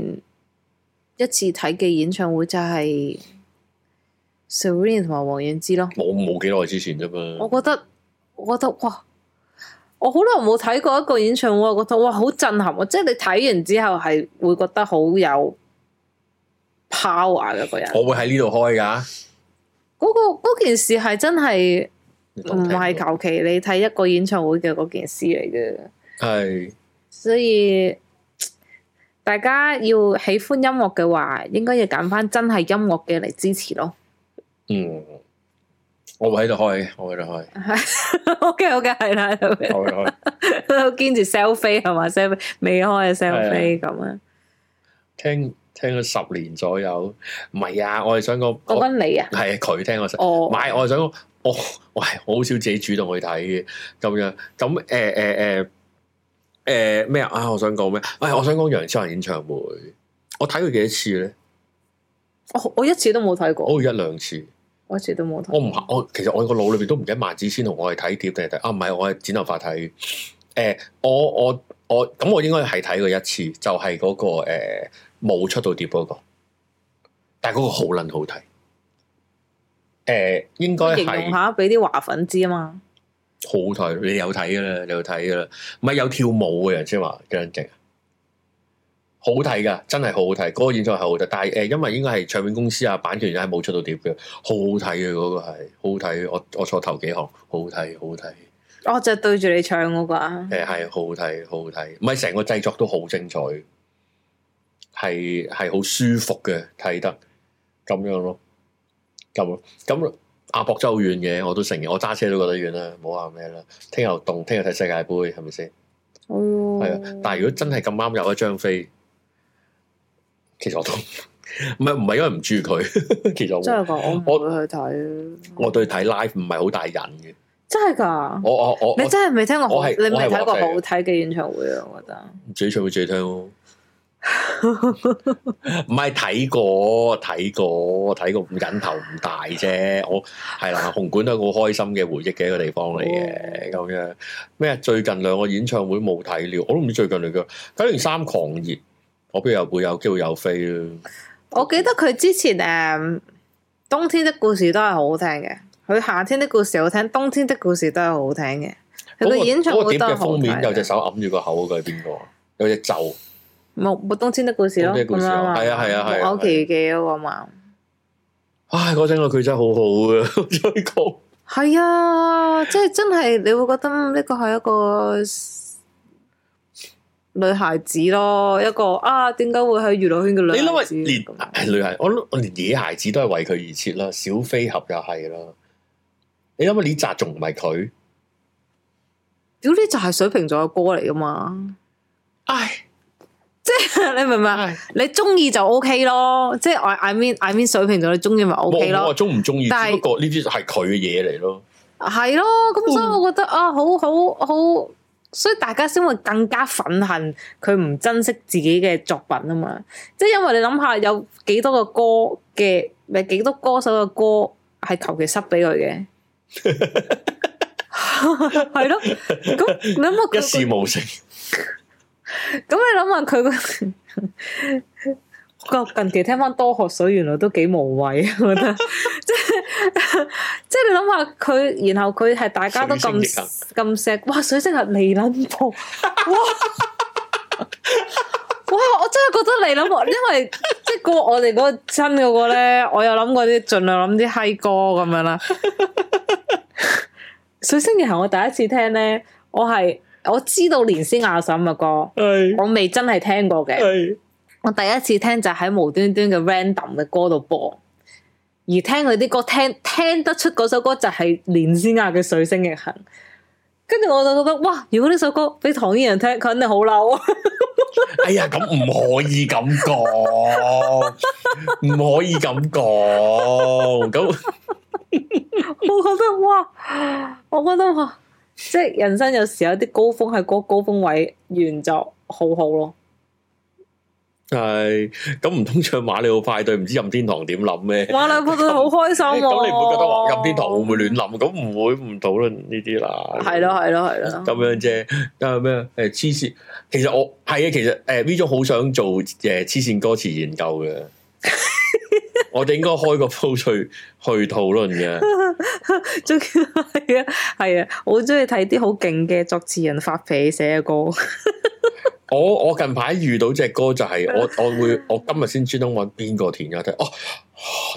Speaker 2: 一次睇嘅演唱會就係 Serene 同埋王菀之咯。
Speaker 1: 冇冇幾耐之前啫嘛
Speaker 2: 我，覺得，我覺得哇！我好耐冇睇過一個演唱會，我覺得哇好震撼啊！即係你睇完之後係會覺得好有 power 嘅個人。
Speaker 1: 我會喺呢度開噶，
Speaker 2: 嗰、個嗰件事係真係
Speaker 1: 你當
Speaker 2: 唔係
Speaker 1: 聽
Speaker 2: 求其你睇一個演唱會嘅嗰件事嚟嘅，
Speaker 1: 係
Speaker 2: 所以大家要喜歡音樂嘅話，應該要揀翻真係音樂嘅嚟支持 咯。
Speaker 1: 嗯，我會喺度開嘅，我會喺度開，
Speaker 2: O K，好嘅，係啦，係咪
Speaker 1: 我會開。
Speaker 2: 堅持 sell 飛係嘛，sell 飛未開嘅 sell
Speaker 1: 係啊
Speaker 2: 飛咁樣。
Speaker 1: 聽聽咗十年左右，唔係啊，我係想講，
Speaker 2: 講緊你啊，
Speaker 1: 係佢聽我十，
Speaker 2: 哦
Speaker 1: 唔，係我係想講，我我係我好少自己主動去睇嘅咁樣，咁誒誒誒誒咩啊啊？我想講咩？喂，我想講楊千嬅演唱會，我睇佢幾多次咧？
Speaker 2: 我我一次都冇睇過，
Speaker 1: 我一兩次，
Speaker 2: 我一次都冇睇。
Speaker 1: 我唔我其實我個腦裏邊都唔記得萬紫千紅我係睇碟定係睇啊？唔係，我係剪頭髮睇。誒、我我我咁，我應該係睇過一次，就係、嗰、個誒冇、出到碟嗰、個，但係嗰個好撚好睇。誒、應該
Speaker 2: 形
Speaker 1: 係
Speaker 2: 容
Speaker 1: 好
Speaker 2: 下俾啲華粉知啊嘛，
Speaker 1: 睇，你有睇噶啦，你有睇噶啦，唔係有跳舞嘅人先話張靜，好睇噶，真係好好睇，嗰、個演唱係好睇，但係誒、因為應該係唱片公司啊版權係冇出到碟嘅，好好睇嘅嗰個係，好好睇，我我坐頭幾行，好好睇，好好睇。
Speaker 2: 我哦就對住你唱嗰個啊。
Speaker 1: 誒係好好睇，好好睇，唔係成個製作都好精彩，係係好舒服嘅睇得咁樣咯，咁咯咁亞博真係好遠嘅，我都承認，我揸車都覺得遠啦，唔好話咩啦。聽日又凍，聽日睇世界盃係咪先？係
Speaker 2: 係
Speaker 1: 啊，
Speaker 2: 哦
Speaker 1: 但係如果真係咁啱有一張飛，其實我都唔係唔係因為唔中意佢， 其實
Speaker 2: 真
Speaker 1: 我
Speaker 2: 係噶，我唔會去睇。
Speaker 1: 我對睇 live 唔係好大癮嘅，
Speaker 2: 真係噶，
Speaker 1: 我我我
Speaker 2: 你
Speaker 1: 我
Speaker 2: 真係未聽過好，
Speaker 1: 我係
Speaker 2: 你未
Speaker 1: 我係
Speaker 2: 睇過
Speaker 1: 話題
Speaker 2: 好
Speaker 1: 嘅
Speaker 2: 睇嘅演唱會啊！我覺得
Speaker 1: 自己唱俾自己聽 咯。唔係睇過，睇過，睇過，唔緊頭唔大啫。我係啦，紅館都係個好開心嘅回憶嘅一個地方嚟嘅，
Speaker 2: 哦
Speaker 1: 咁樣咩？啊最近兩個演唱會冇睇了，我都唔知最近嚟嘅九零三狂熱，我邊有會有機會有飛啦？
Speaker 2: 我記得佢之前誒《冬天的故事》都係好好聽嘅，佢《夏天的故事》好聽，《冬天的故事》都係好好聽嘅。佢
Speaker 1: 嗰
Speaker 2: 個
Speaker 1: 個
Speaker 2: 演唱
Speaker 1: 嗰個
Speaker 2: 會
Speaker 1: 碟
Speaker 2: 都係
Speaker 1: 嘅
Speaker 2: 好好
Speaker 1: 封面有隻
Speaker 2: 睇。啊
Speaker 1: 手揞住個口嗰個係邊個啊？有隻袖，
Speaker 2: 冇冇《冬天的故事》
Speaker 1: 冬
Speaker 2: 咯，
Speaker 1: 天的故
Speaker 2: 咁
Speaker 1: 事
Speaker 2: 樣
Speaker 1: 啊
Speaker 2: 嘛。
Speaker 1: 係啊係啊係啊係啊
Speaker 2: 木偶奇奇嗰個嘛。
Speaker 1: 唉，嗰陣個佢真係好 好嘅，追講。
Speaker 2: 係啊，即係真係你會覺得嗯呢個係一個 s- 女孩子咯，一個啊點解會喺娛樂圈嘅
Speaker 1: 你
Speaker 2: 女孩子
Speaker 1: 諗
Speaker 2: 咁
Speaker 1: 下，連女孩，我諗我連野孩子都係為佢而設啦，小飛俠又係啦。你諗下呢扎仲唔係佢？
Speaker 2: 屌呢就係水瓶座嘅歌嚟噶嘛，
Speaker 1: 唉
Speaker 2: 你明唔明啊？
Speaker 1: 唉，
Speaker 2: 你中意就 O K 咯，即係我 I mean I mean 水瓶座你中意咪 O
Speaker 1: 我
Speaker 2: K
Speaker 1: 我話
Speaker 2: 咯，
Speaker 1: 中唔中意，
Speaker 2: 但係
Speaker 1: 只不過呢啲係佢嘅嘢嚟咯。
Speaker 2: 係咯，咁所以我覺得啊好好好，所以大家先會更加憤恨佢唔珍惜自己嘅作品啊嘛，即係因為你諗下有幾多個歌嘅，咪幾多歌手嘅歌係求其塞俾 佢嘅，係咯，咁你諗下佢
Speaker 1: 一事無成，
Speaker 2: 咁你諗下佢個 個近期聽翻多喝水，原來都幾無謂， 我覺得即係 即係你諗下佢，然後佢係大家都咁
Speaker 1: 水星
Speaker 2: 咁錫，哇！水星係尼撚布，哇！ 哇！我真係覺得尼撚布，因為 即係個我哋嗰個真嗰個咧，我有諗過啲，盡量諗啲嗨歌咁 樣啦。水星亦係我第一次聽咧，我係我知道連詩雅嬸啊嘅歌。
Speaker 1: 係
Speaker 2: 我未真係聽過嘅，
Speaker 1: 係
Speaker 2: 我第一次聽就喺無端端嘅 random 嘅歌度播，而聽佢啲歌聽聽得出嗰首歌就係連詩雅嘅《水星逆行》，跟住我就覺得哇！如果呢首歌俾唐嫣人聽，佢肯定好嬲啊！
Speaker 1: 哎呀，咁唔可以咁講， 唔可以咁講。咁
Speaker 2: 我覺得哇，我覺得哇，即係人生 有時有啲高峰係嗰個高峰位完就好好咯。
Speaker 1: 係咁唔通唱馬里奧派對，唔知任天堂點諗咩？
Speaker 2: 哇！兩個都好開心喎。
Speaker 1: 咁你唔會覺得話任天堂會唔會亂諗？咁唔會唔討論呢啲啦。
Speaker 2: 係咯，係咯，係咯。
Speaker 1: 咁樣啫，咁咩？誒黐線，其實我係啊，其實誒 V 總好想做誒黐線歌詞研究嘅，我哋應該開個 post 去去討論嘅，
Speaker 2: 最緊要 係啊，係啊，我好中意睇啲好勁嘅作詞人發脾氣寫嘅歌。
Speaker 1: 我我近排遇到隻歌就係我我會我今日先專登揾邊個填嘅睇，哦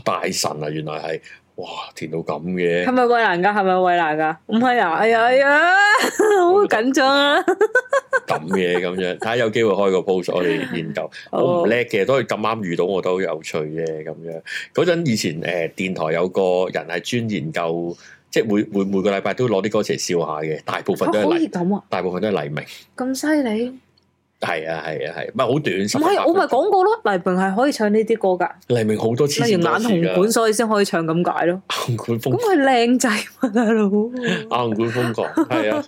Speaker 1: 大神啊，原來係哇填到咁嘅
Speaker 2: 係，咪衛蘭噶？係咪衛蘭噶？唔係啊！哎呀哎呀，好緊張啊！
Speaker 1: 咁嘅咁樣，睇下有機會開個 post 我哋研究。我唔叻嘅，都係咁啱遇到我都有趣嘅咁樣。嗰陣以前誒、呃、電台有個人係專研究，即係每每每個禮拜都攞啲歌詞嚟笑下嘅，大部分
Speaker 2: 嚇
Speaker 1: 都係
Speaker 2: 可
Speaker 1: 黎，
Speaker 2: 以咁啊！
Speaker 1: 大部分都係黎明。
Speaker 2: 咁犀利，唔
Speaker 1: 係啊係啊係，唔係好短。十分
Speaker 2: 係
Speaker 1: 八
Speaker 2: 我咪
Speaker 1: 分鐘
Speaker 2: 講過咯，黎明係可以唱呢啲歌噶，
Speaker 1: 黎明好多次
Speaker 2: 例
Speaker 1: 先
Speaker 2: 如眼紅
Speaker 1: 紅
Speaker 2: 館，所以先可以唱咁解咯。
Speaker 1: 紅 館
Speaker 2: 咁
Speaker 1: 瘋
Speaker 2: 佢靚仔嘛，大佬，
Speaker 1: 紅館瘋狂係啊，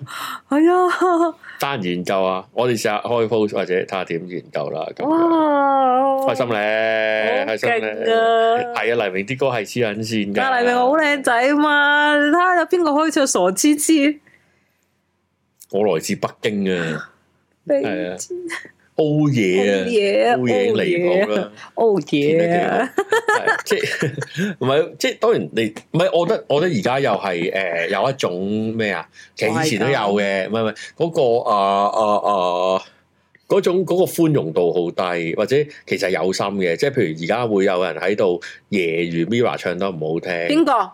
Speaker 2: 係啊，
Speaker 1: 單研究啊，我哋試下開 post 或者睇下點研究啦咁樣。
Speaker 2: 哇，
Speaker 1: 開心咧，
Speaker 2: 好
Speaker 1: 開心咧，
Speaker 2: 勁啊
Speaker 1: 係啊！黎明啲歌係黐緊線㗎，
Speaker 2: 啊！黎明好靚仔嘛，你睇下有邊個可以唱傻痴痴？
Speaker 1: 我來自北京 啊，係啊
Speaker 2: 你
Speaker 1: 煲嘢啊，
Speaker 2: 嘢
Speaker 1: 煲嘢離譜
Speaker 2: 哦
Speaker 1: 啦，
Speaker 2: ，O
Speaker 1: 天啊
Speaker 2: 嘢，
Speaker 1: 係即係唔係即係當然你唔係，我覺得我覺得而家又係誒有一種咩啊，其實以前都有
Speaker 2: 啊
Speaker 1: 嘅，唔係唔係嗰個啊啊啊嗰種嗰個寬容度好低，或者其實有心嘅，即係譬如而家會有人喺度揶揄 Mira 唱得唔好聽
Speaker 2: 邊，個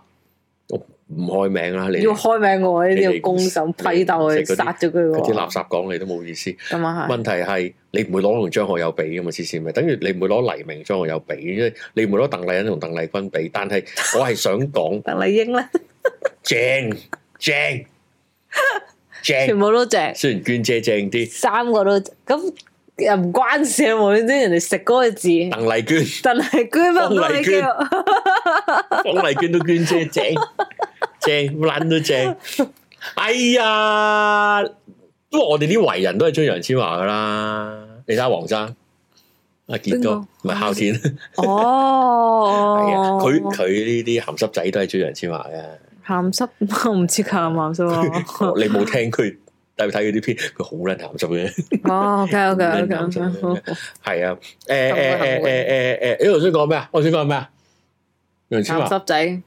Speaker 1: 唔開名啦，你
Speaker 2: 要開名我？呢
Speaker 1: 你
Speaker 2: 啲
Speaker 1: 哋
Speaker 2: 要公審批鬥
Speaker 1: 你哋食嗰啲
Speaker 2: 佢，殺咗佢
Speaker 1: 嗰啲垃
Speaker 2: 喎。
Speaker 1: 圾講你都冇意思。
Speaker 2: 咁啊係，
Speaker 1: 問題係你唔會攞同張學友比㗎嘛，黐線咪等於你唔會攞黎明張學友比，即係你唔會攞鄧麗欣同鄧麗君比。但 係我係想講
Speaker 2: 鄧麗英咧，
Speaker 1: 正正
Speaker 2: 全
Speaker 1: 正，
Speaker 2: 部都正，
Speaker 1: 雖然娟姐正啲，
Speaker 2: 三個都咁又唔關事啊！無端端人哋食嗰個字，鄧
Speaker 1: 鄧 麗娟、
Speaker 2: 麗娟乜唔通你叫？
Speaker 1: 方麗娟都娟姐正正撚都正。哎呀，因為我哋啲為人都係追楊千嬅噶啦，你睇下黃生。阿杰哥
Speaker 2: 邊
Speaker 1: 唔係孝天，係啊！
Speaker 2: 哦，
Speaker 1: 佢佢呢啲鹹濕仔都係追楊千嬅 嘅。
Speaker 2: 鹹濕，我唔知佢鹹唔鹹濕啊。
Speaker 1: 哦你冇聽佢，但係睇佢啲片，佢好撚鹹濕 嘅。
Speaker 2: 哦，OK OK OK
Speaker 1: 唔係
Speaker 2: OK，
Speaker 1: 唔係啊，誒誒誒
Speaker 2: 咁嘅
Speaker 1: 誒
Speaker 2: 行
Speaker 1: 誒誒，你頭先講咩啊？我先講咩啊？楊千
Speaker 2: 鹹
Speaker 1: 嬅，
Speaker 2: 濕仔，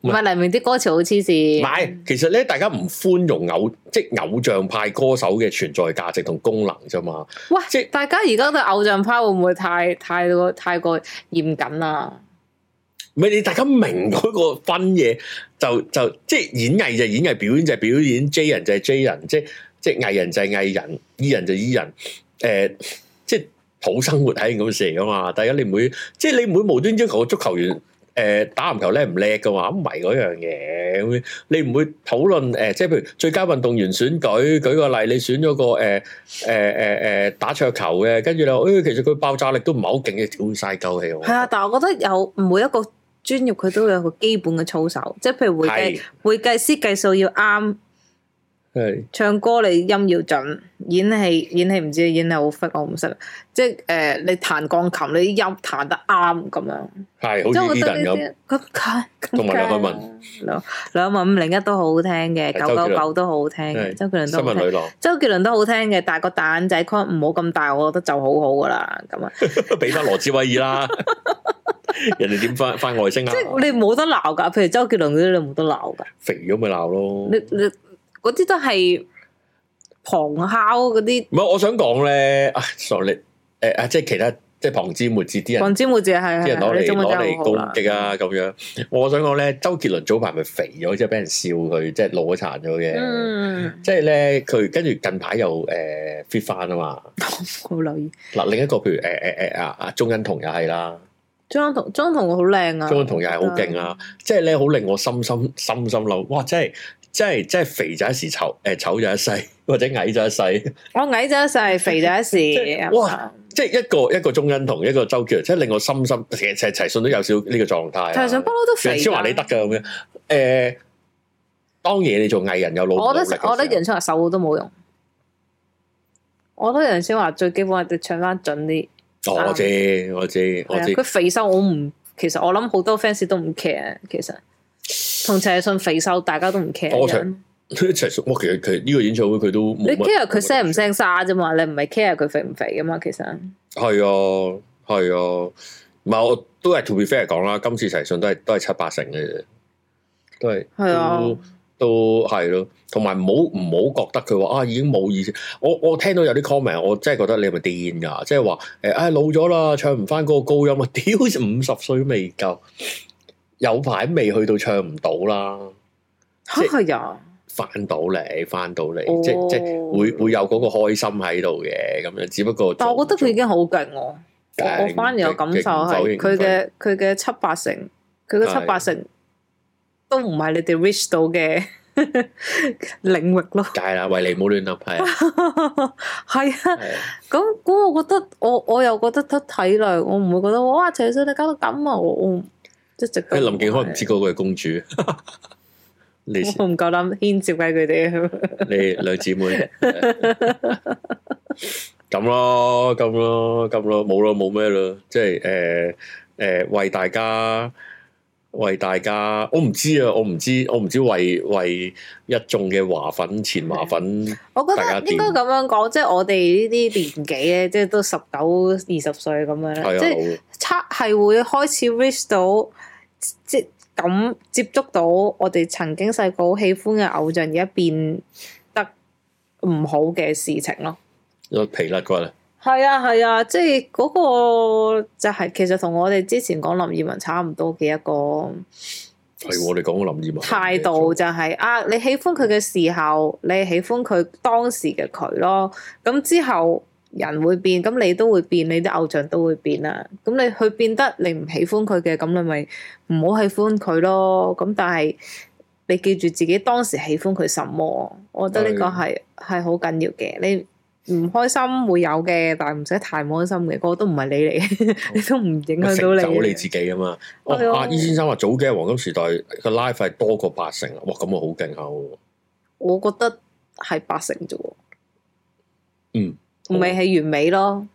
Speaker 2: 唔係黎明啲歌詞好
Speaker 1: 唔
Speaker 2: 黐線，
Speaker 1: 係，其實咧，大家唔寬容偶即係偶像派歌手嘅存在價值同功能啫嘛。即
Speaker 2: 喂，
Speaker 1: 係
Speaker 2: 大家而家對偶像派會唔會太太過太過嚴謹啦？
Speaker 1: 唔係你大家明嗰個分嘢，就就即係演藝就係演藝，表演就係表演，J 人就係 J 人，即係即係藝人就係藝人，E 人就 E 人，誒、即係好生活係咁寫噶嘛。大家你唔會即係你唔會無端要求個足球員誒、打籃球叻唔叻噶嘛，咁唔係嗰樣嘢咁樣你唔會討論誒、即係譬如最佳運動員選舉，舉個例，你選咗個誒誒誒誒打桌球嘅，跟住你話，誒、其實佢爆炸力都唔係好勁嘅，屌晒鳩氣我
Speaker 2: 係啊，但係我覺得有每一個專業佢都有個基本嘅操守，即係譬如會計
Speaker 1: 係
Speaker 2: 會計師計數要啱，
Speaker 1: 係。
Speaker 2: 唱歌你音要準，演戲演戲唔知演戲好 fit 我唔識，即係誒、呃你彈鋼琴你啲音彈得啱咁樣，
Speaker 1: 係，好
Speaker 2: 即
Speaker 1: 似
Speaker 2: 係我覺得
Speaker 1: Eden 咁，
Speaker 2: 呢啲咁解
Speaker 1: 同埋梁漢文
Speaker 2: 兩兩萬五零一都好聽嘅，
Speaker 1: 係
Speaker 2: 九
Speaker 1: 周杰倫
Speaker 2: 九九都好聽
Speaker 1: 係
Speaker 2: 嘅，周杰倫
Speaker 1: 新
Speaker 2: 都好
Speaker 1: 聞
Speaker 2: 聽。
Speaker 1: 女郎
Speaker 2: 周杰倫都好聽嘅，但係個蛋仔 con 唔好咁大，我覺得就好好噶啦，咁啊，
Speaker 1: 俾翻羅志威爾啦， 人哋點翻翻外星啊
Speaker 2: 即？係你冇得鬧噶，譬如周杰倫嗰啲你冇得鬧噶。
Speaker 1: 肥咗咪鬧咯
Speaker 2: 你。你嗰啲都係旁敲嗰啲，
Speaker 1: 唔係，我想講咧，啊，sorry，誒啊，即係其他即係旁枝末節啲人，
Speaker 2: 黃之冇字係
Speaker 1: 啲
Speaker 2: 係
Speaker 1: 人攞
Speaker 2: 係啊你
Speaker 1: 嚟
Speaker 2: 中文
Speaker 1: 攞
Speaker 2: 真係
Speaker 1: 嚟
Speaker 2: 好
Speaker 1: 攻
Speaker 2: 好啦。
Speaker 1: 擊啊咁樣。我想講咧，周杰倫早排咪肥咗，即係俾人笑佢，即係老咗殘咗嘅。
Speaker 2: 嗯，
Speaker 1: 即係咧，佢跟住近排又誒 fit 翻啊嘛。
Speaker 2: 好留意。
Speaker 1: 嗱，另一個譬如誒誒誒啊啊，鍾欣桐又係啦。
Speaker 2: 張同張同好靚啊，
Speaker 1: 張欣彤又係好勁啊！即係咧，好令我深深深深諗，哇！真係真係真係肥就一時醜，誒、醜就一世， 或者矮就一世。
Speaker 2: 我矮咗一世，啊肥咗 一
Speaker 1: 係
Speaker 2: 時。
Speaker 1: 哇！即係一個一個鍾欣彤，一個周杰倫，即係令我深深其實齊齊信都有少呢個狀態啊。
Speaker 2: 陳上不嬲都肥
Speaker 1: 楊
Speaker 2: 㗎。
Speaker 1: 千嬅你得㗎咁樣誒、當然你做藝人有努
Speaker 2: 我覺
Speaker 1: 努力啊
Speaker 2: 得我覺
Speaker 1: 嘅時
Speaker 2: 得
Speaker 1: 候
Speaker 2: 楊千嬅瘦都冇用。我覺得楊千嬅最基本係你唱翻準啲，
Speaker 1: 哦我知我知我
Speaker 2: 係啊
Speaker 1: 知，
Speaker 2: 佢肥瘦我唔，其實我諗好多 fans 都唔 care，其實同陳奕迅肥瘦大家都唔 care
Speaker 1: 我
Speaker 2: 一
Speaker 1: 陳
Speaker 2: 樣。
Speaker 1: 其實我其實其實呢個演唱會佢都
Speaker 2: 你
Speaker 1: 冇乜
Speaker 2: care 佢聲唔聲沙啫嘛，你唔係 care 佢肥唔肥啊噶嘛，其實
Speaker 1: 係啊，係啊，唔係我都係 to be fair 講啦，今次陳奕迅都係都係七八成嘅啫，都係
Speaker 2: 係啊，
Speaker 1: 都都係咯，同埋唔好唔好覺得佢話啊已經冇意思。我我聽到有啲 comment，我真係覺得你係咪癲㗎？即係話誒，唉老咗啦，唱唔翻嗰個高音啊！ 屌，五十歲未夠，有排未去到唱唔到啦，
Speaker 2: 嚇
Speaker 1: 即
Speaker 2: 係啊，
Speaker 1: 翻到你，翻到你，
Speaker 2: 哦
Speaker 1: 即即會會有嗰個開心喺度嘅咁樣，只不過
Speaker 2: 但我覺得佢
Speaker 1: 做
Speaker 2: 已經好勁喎，我
Speaker 1: 係
Speaker 2: 我反而有感受
Speaker 1: 勁勁
Speaker 2: 係佢
Speaker 1: 勁勁
Speaker 2: 嘅佢嘅七八成，佢嘅
Speaker 1: 係
Speaker 2: 七八成都唔係你哋 reach 到嘅 領域咯，
Speaker 1: 梗係啦，為你唔好亂諗，係啊
Speaker 2: 係啊。
Speaker 1: 係啊。
Speaker 2: 咁咁，我覺得我我又覺得得體諒，我唔會覺得哇，陳奕迅你搞到咁啊！我我即係直到
Speaker 1: 誒林敬康唔知嗰個係公主， 你
Speaker 2: 我唔夠膽牽涉喺佢哋。
Speaker 1: 你兩姊妹 咁咯，咁咯，咁咯，冇咯，冇咩咯，即係誒誒為大家為大家，我唔知啊，我唔知，我唔知為為一眾嘅華粉前華粉
Speaker 2: 我覺
Speaker 1: 大家
Speaker 2: 得
Speaker 1: 點
Speaker 2: 應該咁樣講，即係我哋呢啲年紀咧，即係都十九二十歲咁樣咧，即係
Speaker 1: 係啊，
Speaker 2: 測係會開始 reach 到即咁接觸到我哋曾經細個好喜歡嘅偶像，而家變得唔好嘅事情咯。
Speaker 1: 有皮甩骨啦，
Speaker 2: 係啊係啊，即係嗰個就係其實同我哋之前講林二汶差唔多嘅一個
Speaker 1: 係我哋講林二汶
Speaker 2: 態度，就係、啊，你喜歡佢嘅時候，你喜歡佢當時嘅佢咯。咁之後人會變，咁你都會變，你啲偶像都會變啦。咁你佢變得你唔喜歡佢嘅，咁你咪唔好喜歡佢咯。咁但係你記住自己當時喜歡佢什麼，我覺得呢個係係好緊要嘅。你唔開心會有嘅，但係唔使太唔開心嘅，嗰個都唔係你嚟，你 都唔影響到
Speaker 1: 成
Speaker 2: 你
Speaker 1: 就
Speaker 2: 嘅
Speaker 1: 你。自己啊嘛。哦
Speaker 2: 係，啊
Speaker 1: 阿伊先生話早嘅黃金時代個 live 係多過八成啊，哇，咁啊好勁下
Speaker 2: 哦
Speaker 1: 喎。
Speaker 2: 我覺得係八成啫喎。
Speaker 1: 嗯，
Speaker 2: 唔係係完美咯，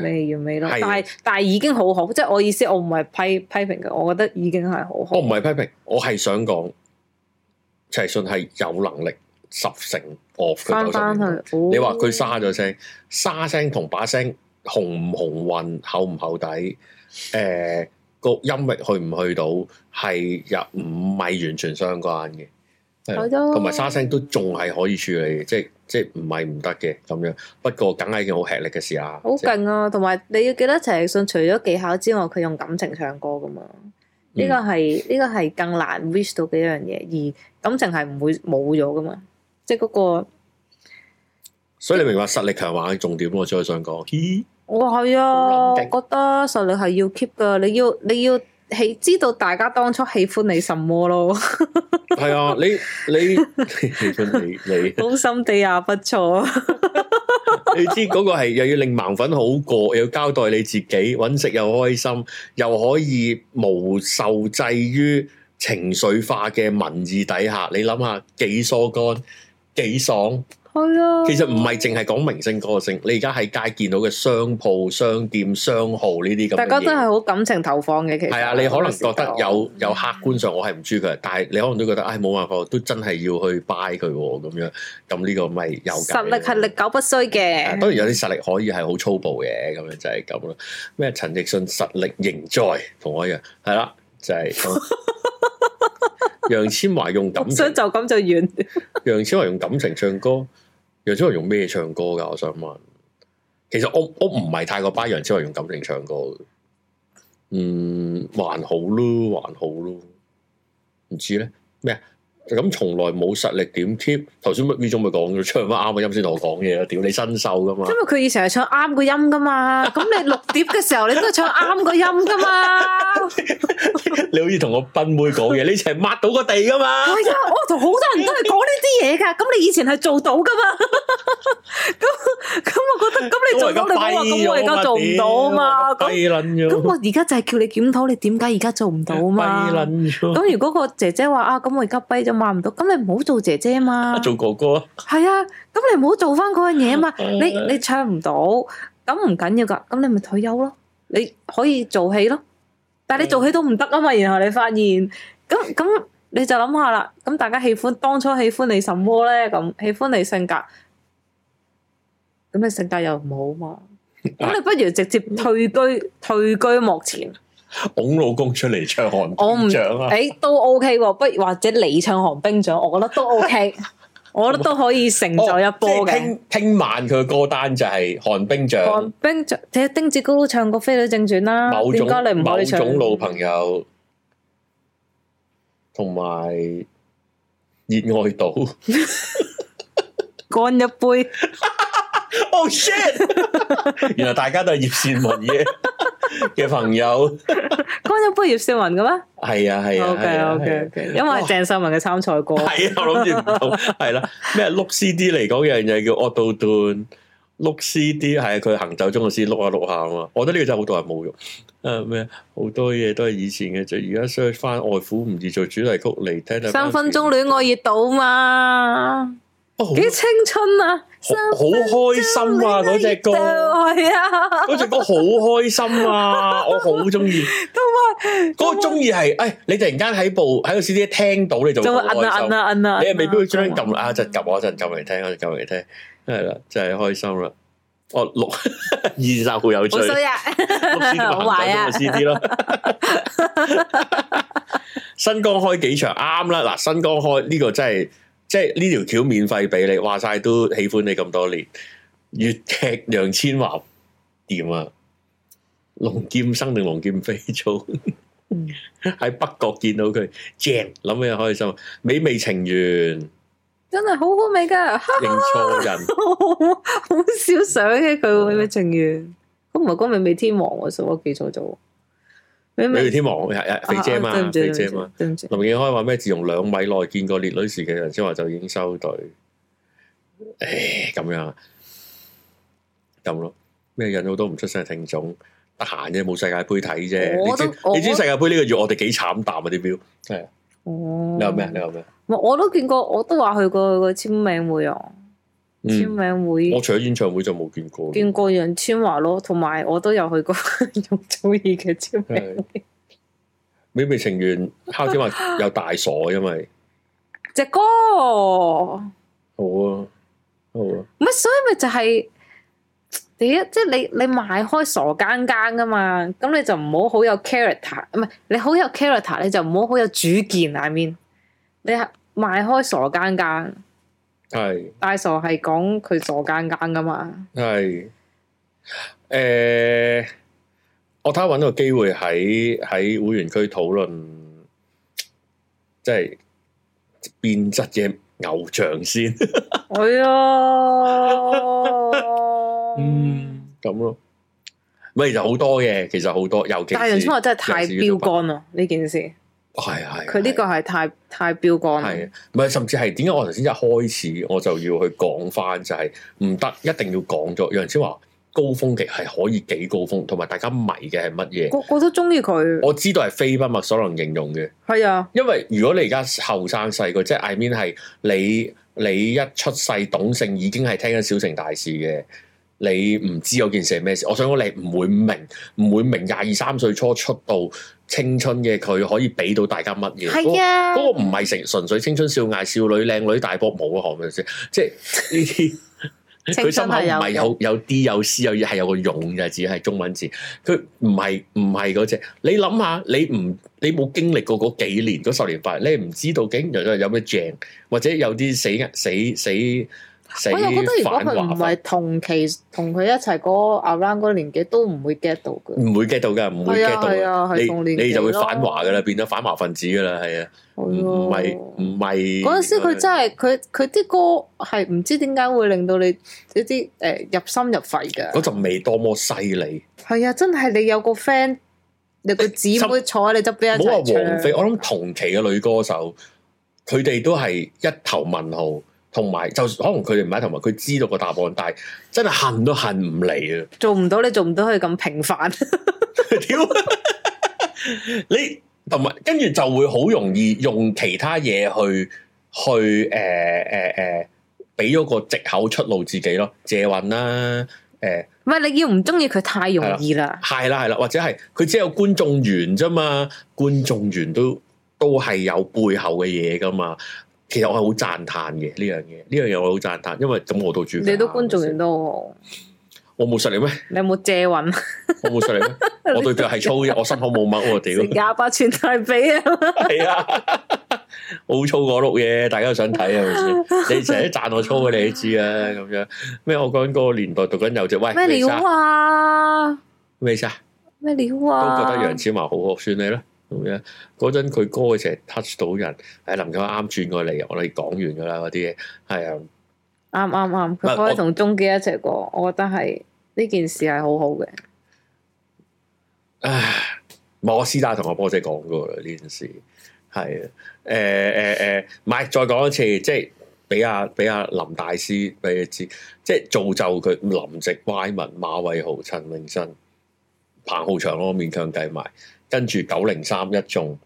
Speaker 2: 未係完美咯，
Speaker 1: 係
Speaker 2: 但係但係已經好好，即係我意思，我唔係批批評嘅，我覺得已經係好
Speaker 1: 我
Speaker 2: 好
Speaker 1: 唔。係批評，我係想講陳奕迅係有能力十成 off 佢
Speaker 2: 翻
Speaker 1: 九十
Speaker 2: 翻去
Speaker 1: 年代。，
Speaker 2: 哦
Speaker 1: 你話佢沙咗聲，沙聲同把聲紅唔紅運，厚唔厚底，誒、個音域去唔去到係又唔係完全相關嘅，係啦
Speaker 2: 係咯
Speaker 1: 同埋沙聲都仲係可以處理，即係即係唔係唔得嘅咁樣。不過梗係一件好吃力嘅事啊！
Speaker 2: 好勁啊！同埋你要記得陳奕迅除咗技巧之外，佢用感情唱歌噶嘛。
Speaker 1: 嗯
Speaker 2: 呢個係呢個係更難 reach 到嘅一樣嘢，而感情係唔會冇咗噶嘛。即係嗰個，
Speaker 1: 所以你明白實力強橫係重點咯，我只係想講。咦
Speaker 2: 我係啊，
Speaker 1: 好
Speaker 2: 我
Speaker 1: 難
Speaker 2: 覺得實力係要 keep 噶，你要你要喜知道大家當初喜歡你什麼 咯，
Speaker 1: 係啊，你你你你你
Speaker 2: 好心地也不錯。
Speaker 1: 你知嗰個係又要令盲粉好過，又要交代你自己，揾食又開心，又可以無受制於情緒化嘅民意底下，你諗下幾疏肝幾爽？
Speaker 2: 係啊，
Speaker 1: 其實唔係淨係講明星歌星，你而家喺街見到嘅商鋪、商店、商號呢啲咁嘅嘢，
Speaker 2: 大家真係好感情投放嘅，其實
Speaker 1: 係啊，你可能覺得有
Speaker 2: 時
Speaker 1: 有客觀上我係唔中意佢，但係你可能都覺得，唉，冇辦法，都真係要去 buy 佢喎咁樣，咁呢個咪有
Speaker 2: 候
Speaker 1: 計
Speaker 2: 實力係歷久不衰
Speaker 1: 啊
Speaker 2: 嘅，
Speaker 1: 當然有啲實力可以係好粗暴嘅，咁樣就係咁啦。咩陳奕迅實力仍在，同我一樣，係啦，就係、 咁楊千嬅用感
Speaker 2: 咁想
Speaker 1: 情，
Speaker 2: 就咁就完。
Speaker 1: 啊楊千嬅用感情唱歌，楊千嬅用咩唱歌㗎？我想問。其實我我唔係太過 buy 楊千嬅用感情唱歌嘅，嗯，還好咯，還好咯，唔知咧咩啊？咁從來冇實力點 keep？頭先咪呢種咪講咗，唱翻啱嘅音先同我講嘢啦，屌你新秀噶嘛
Speaker 2: 因？為佢以前係唱啱個音噶嘛，咁你錄碟嘅時候你都係唱啱個音噶嘛。
Speaker 1: 你好似同我賓妹講 嘢，你成日抹到個地噶嘛？
Speaker 2: 係啊，我同好多人都係講呢啲嘢 㗎。咁你以前係做到噶嘛？ 咁咁我 覺得，咁你做到你冇話咁我而家做唔到啊嘛。咁
Speaker 1: 低撚咗，
Speaker 2: 咁我而家就係叫你檢討你點解而家做唔到啊嘛。
Speaker 1: 低撚咗，
Speaker 2: 咁如果個姐姐話啊，咁我而家跛咗買唔到，咁你唔啊好做姐姐嘛。啊
Speaker 1: 做哥哥啊
Speaker 2: 係啊，咁你唔好做翻嗰樣嘢嘛。
Speaker 1: 嗯
Speaker 2: 你你唱唔到，咁唔緊要噶，咁你咪退休咯，你可以做戲咯。但係你做戲都唔得啊嘛，然後你發現，咁咁你就諗下啦，咁大家喜歡當初喜歡你什麼咧？咁喜歡你性格，咁你性格又唔好嘛，
Speaker 1: 啊
Speaker 2: 咁你不如直接 退居退居幕前。
Speaker 1: 拱老公出嚟唱寒
Speaker 2: 我唔
Speaker 1: 冰掌啊！
Speaker 2: 誒都 OK 喎，不如或者你唱寒冰掌，我覺得都 OK，我覺得都可以成就一波
Speaker 1: 哦即係
Speaker 2: 嘅。
Speaker 1: 聽聽晚佢嘅歌單就係寒冰
Speaker 2: 寒
Speaker 1: 掌，
Speaker 2: 冰掌，睇丁子高都唱過《飛女正傳》啦，
Speaker 1: 某
Speaker 2: 啊點
Speaker 1: 種
Speaker 2: 解你唔可
Speaker 1: 某
Speaker 2: 以唱？
Speaker 1: 種老朋友，同埋熱愛島。
Speaker 2: 乾一杯，
Speaker 1: Oh shit！原來大家都係葉倩文嘅嘅朋友，
Speaker 2: 乾一杯葉倩文嘅咩
Speaker 1: 係啊係啊係
Speaker 2: ？OK
Speaker 1: 啊
Speaker 2: OK
Speaker 1: 係啊
Speaker 2: OK，因為係鄭秀文嘅參賽歌，
Speaker 1: 係啊，我諗住唔同，係啦，咩碌 CD 嚟講有樣嘢叫 auto tune，碌 CD 係啊佢行走中嘅詩碌下碌下啊嘛，我覺得呢個真係好多人侮辱。誒咩？好多嘢都係以前嘅，就而家 search 翻外父唔易做主題曲嚟聽聽。
Speaker 2: 三分鐘戀愛熱度嘛，
Speaker 1: 哦，好
Speaker 2: 幾青春啊！
Speaker 1: 好好開心啊！嗰隻歌，
Speaker 2: 係啊，
Speaker 1: 嗰隻歌好開心啊！我好中 意。嗰個中意係，誒你突然間喺部喺個 CD 聽到你就會
Speaker 2: 就
Speaker 1: 好
Speaker 2: 會摁啊
Speaker 1: 開心
Speaker 2: 摁。啊摁啊，
Speaker 1: 你係未必會將
Speaker 2: 咁
Speaker 1: 撳啊，一陣
Speaker 2: 嗯
Speaker 1: 撳我一陣撳嚟聽，一陣撳嚟聽，係啦，真係開心啦。哦， 六二十好有趣，
Speaker 2: 好
Speaker 1: 六
Speaker 2: 衰啊！
Speaker 1: CD 咪行走
Speaker 2: 壞啊
Speaker 1: 中嘅 CD 咯。新光開幾場啱啦，嗱，新光開呢個真係，即係呢條橋免費俾你，話晒都喜歡你咁多年。粵劇楊千嬅掂啊，龍劍生定龍劍飛做。
Speaker 2: 嗯
Speaker 1: 喺北角見到佢，正諗起又開心。美味情緣
Speaker 2: 真係好好味噶，哈
Speaker 1: 認錯 人，
Speaker 2: 好少想嘅佢美味情緣，咁唔係講美味天王喎，所以我記錯咗。美
Speaker 1: 美味天王係係肥姐
Speaker 2: 啊啊對
Speaker 1: 嘛，
Speaker 2: 唔住
Speaker 1: 肥姐嘛。，
Speaker 2: 對唔住對唔住
Speaker 1: 林敬開話咩？自從兩米內見過烈女時嘅楊千嬅就已經收隊。誒咁樣啊，咁咯。咩人好多唔出聲嘅聽眾，得閒啫，冇世界盃睇啫。
Speaker 2: 我
Speaker 1: 你
Speaker 2: 都
Speaker 1: 知
Speaker 2: 我
Speaker 1: 你知世界盃呢個月我哋幾慘淡啊啲表。
Speaker 2: 哦，
Speaker 1: 你話咩？你啊話咩？
Speaker 2: 我我都見過，我都話去過個簽名會啊，簽
Speaker 1: 嗯，
Speaker 2: 名
Speaker 1: 我
Speaker 2: 會
Speaker 1: 除咗演唱會就冇見過。
Speaker 2: 見過楊千嬅咯，同埋我都有去過 容祖兒嘅簽名。
Speaker 1: 係美味情緣，烤天話有大傻，因為
Speaker 2: 隻歌
Speaker 1: 好啊，好啊，
Speaker 2: 唔係，所以咪就係、第一，即係你你賣開傻更更噶嘛，咁你就唔好好有 character，唔係你好有 character，你就唔好好有主見。I mean，你係賣開傻更更，
Speaker 1: 係
Speaker 2: 大傻係講佢傻更更噶嘛，
Speaker 1: 係，誒，我睇下搵個機會喺喺會員區討論，即係變質嘅偶像先，
Speaker 2: 係啊，
Speaker 1: 嗯， 咁咯，咪其實好多嘅，其實好多，尤其
Speaker 2: 但係楊千嬅真係太
Speaker 1: 尤其是呢
Speaker 2: 標
Speaker 1: 個
Speaker 2: 杆啦呢件事，
Speaker 1: 係係
Speaker 2: 佢呢個係太太標杆啊啦
Speaker 1: 係，唔係甚至係點解我頭先一開始我就要去講翻，就係唔得，一定要講咗。楊千嬅高峰期係可以幾高峰，同埋大家迷嘅係乜嘢？
Speaker 2: 個個都中意佢，
Speaker 1: 我知道係非筆墨所能形容嘅，
Speaker 2: 係啊，
Speaker 1: 因為如果你而家後生細個，即係 I mean 係你你一出世懂性已經係聽緊小城大事嘅，你唔知有件事係咩事。我想講你唔會明，唔會明廿二三歲初出道青春嘅佢可以俾到大家乜嘢？
Speaker 2: 係啊，
Speaker 1: 嗰個唔係成純粹青春少艾少女靚女大波舞啊，係咪先？即係呢啲，
Speaker 2: 青
Speaker 1: 佢
Speaker 2: 春
Speaker 1: 心口
Speaker 2: 係有
Speaker 1: 唔係有有 D 有 C 有係有個勇嘅，只係中文字。佢唔係唔係嗰只。你諗下，你唔你冇經歷過嗰幾年嗰十年八年，你唔知道竟然有咩正，或者有啲死死死死
Speaker 2: 我又覺得如果
Speaker 1: 反
Speaker 2: 佢唔
Speaker 1: 話，
Speaker 2: 係同期同佢一齊嗰個 around 嗰個年紀，都唔會 get 到嘅。
Speaker 1: 唔會 get 到㗎，唔會
Speaker 2: 係啊
Speaker 1: get 到
Speaker 2: 係
Speaker 1: 㗎。
Speaker 2: 啊，係同
Speaker 1: 你
Speaker 2: 年
Speaker 1: 你
Speaker 2: 紀
Speaker 1: 就會
Speaker 2: 咯
Speaker 1: 反華㗎啦，變咗反華分子㗎啦，係啊，唔唔係
Speaker 2: 係
Speaker 1: 唔係
Speaker 2: 咯哦嗰陣時佢真係佢佢啲歌係唔知點解會令到你一啲誒入心入肺
Speaker 1: 嗰
Speaker 2: 嘅。
Speaker 1: 陣味多麼犀利。
Speaker 2: 係啊，真係你有個 friend，你個姊妹坐喺你側邊一
Speaker 1: 唔好話
Speaker 2: 齊
Speaker 1: 王菲，
Speaker 2: 唱。
Speaker 1: 我諗同期嘅女歌手，佢哋都係一頭問號，同埋就可能佢哋唔係一頭問，佢知道個答案，但係真係恨都恨唔嚟啊！
Speaker 2: 做唔到你做唔到佢咁平凡。
Speaker 1: 啊屌，你同埋跟住就會好容易用其他嘢去去誒誒誒，俾、咗個藉口出路自己咯，借運啦、誒
Speaker 2: 唔係你要唔中意佢太容易啦，
Speaker 1: 係啦係啦，或者係佢只有觀眾緣啫嘛，觀眾緣都都係有背後嘅嘢噶嘛。其實我係好讚歎嘅呢樣嘢，呢樣嘢我好讚歎，因為咁我都主
Speaker 2: 你都觀眾緣都好好，
Speaker 1: 我冇實力咩？
Speaker 2: 你有冇借運？
Speaker 1: 我冇實力 咩？我對腳係粗嘅，我心口冇乜喎， 屌
Speaker 2: 食！廿八寸大髀啊！
Speaker 1: 係啊，我好粗嗰碌嘢，大家都想睇係咪先？你成日都讚我粗嘅，你都知啊，咁樣咩？我講嗰個年代讀緊有隻喂
Speaker 2: 咩料
Speaker 1: 意思
Speaker 2: 啊？
Speaker 1: 咩意思啊？
Speaker 2: 咩料
Speaker 1: 都覺得
Speaker 2: 啊
Speaker 1: 楊？千嬅好學，算你啦。咁樣嗰陣佢歌嘅成日 touch 到人，誒林九啱轉過嚟，我哋講完噶啦嗰啲嘢，係啊，
Speaker 2: 啱啱啱，
Speaker 1: 唔係
Speaker 2: 佢可
Speaker 1: 我
Speaker 2: 以同鍾傑一齊過，我覺得係呢件事係好好嘅。
Speaker 1: 唉，唔係我師奶同我波姐講過啦呢件事，係啊，誒誒誒，唔係再講一次，即係俾阿俾阿林大師俾你知，即係造就佢林夕、Y 文、馬偉豪、陳永新、彭浩翔咯，勉強計埋，跟住九零三一眾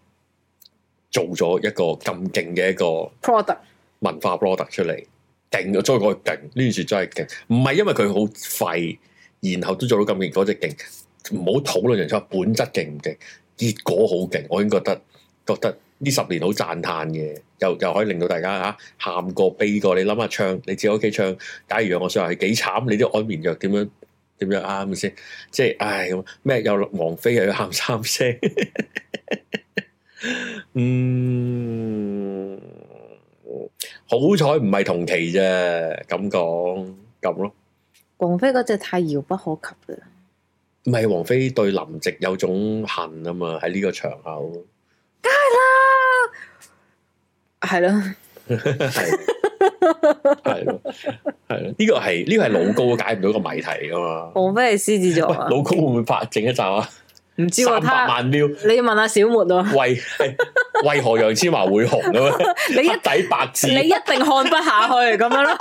Speaker 1: 做咗一個咁勁嘅一個。
Speaker 2: product
Speaker 1: 文化 product 出嚟，勁啊！再講勁呢件事真係勁，唔係因為佢好廢，然後都做到咁勁，嗰隻勁。唔好討論人出本質勁唔勁，結果好勁，我已經覺得覺得呢十年好讚歎嘅，又又可以令到大家嚇喊過悲過。你諗下唱，你自己喺屋企唱，假如讓我上係幾慘，你啲安眠藥點樣點樣啱先？即係唉咁咩？又王菲又要喊三聲， 嗯。好彩唔係同期啫，咁講咁咯。
Speaker 2: 王菲嗰隻太遙不可及啦。
Speaker 1: 唔係王菲對林夕有種恨啊嘛，喺呢個場口
Speaker 2: 係咯，
Speaker 1: 係係咯係咯，呢個係呢個係老高解唔到個謎題噶嘛。
Speaker 2: 王菲係獅子座
Speaker 1: 喂，
Speaker 2: 啊，
Speaker 1: 老高會唔會拍整一集啊？
Speaker 2: 唔知喎，
Speaker 1: 三
Speaker 2: 睇
Speaker 1: 百
Speaker 2: 下
Speaker 1: 萬秒，
Speaker 2: 你要問下小沫啊，
Speaker 1: 為係為何楊千嬅會紅啊咁樣？
Speaker 2: 你一
Speaker 1: 黑底白字，
Speaker 2: 你一定看不下去咁樣咯，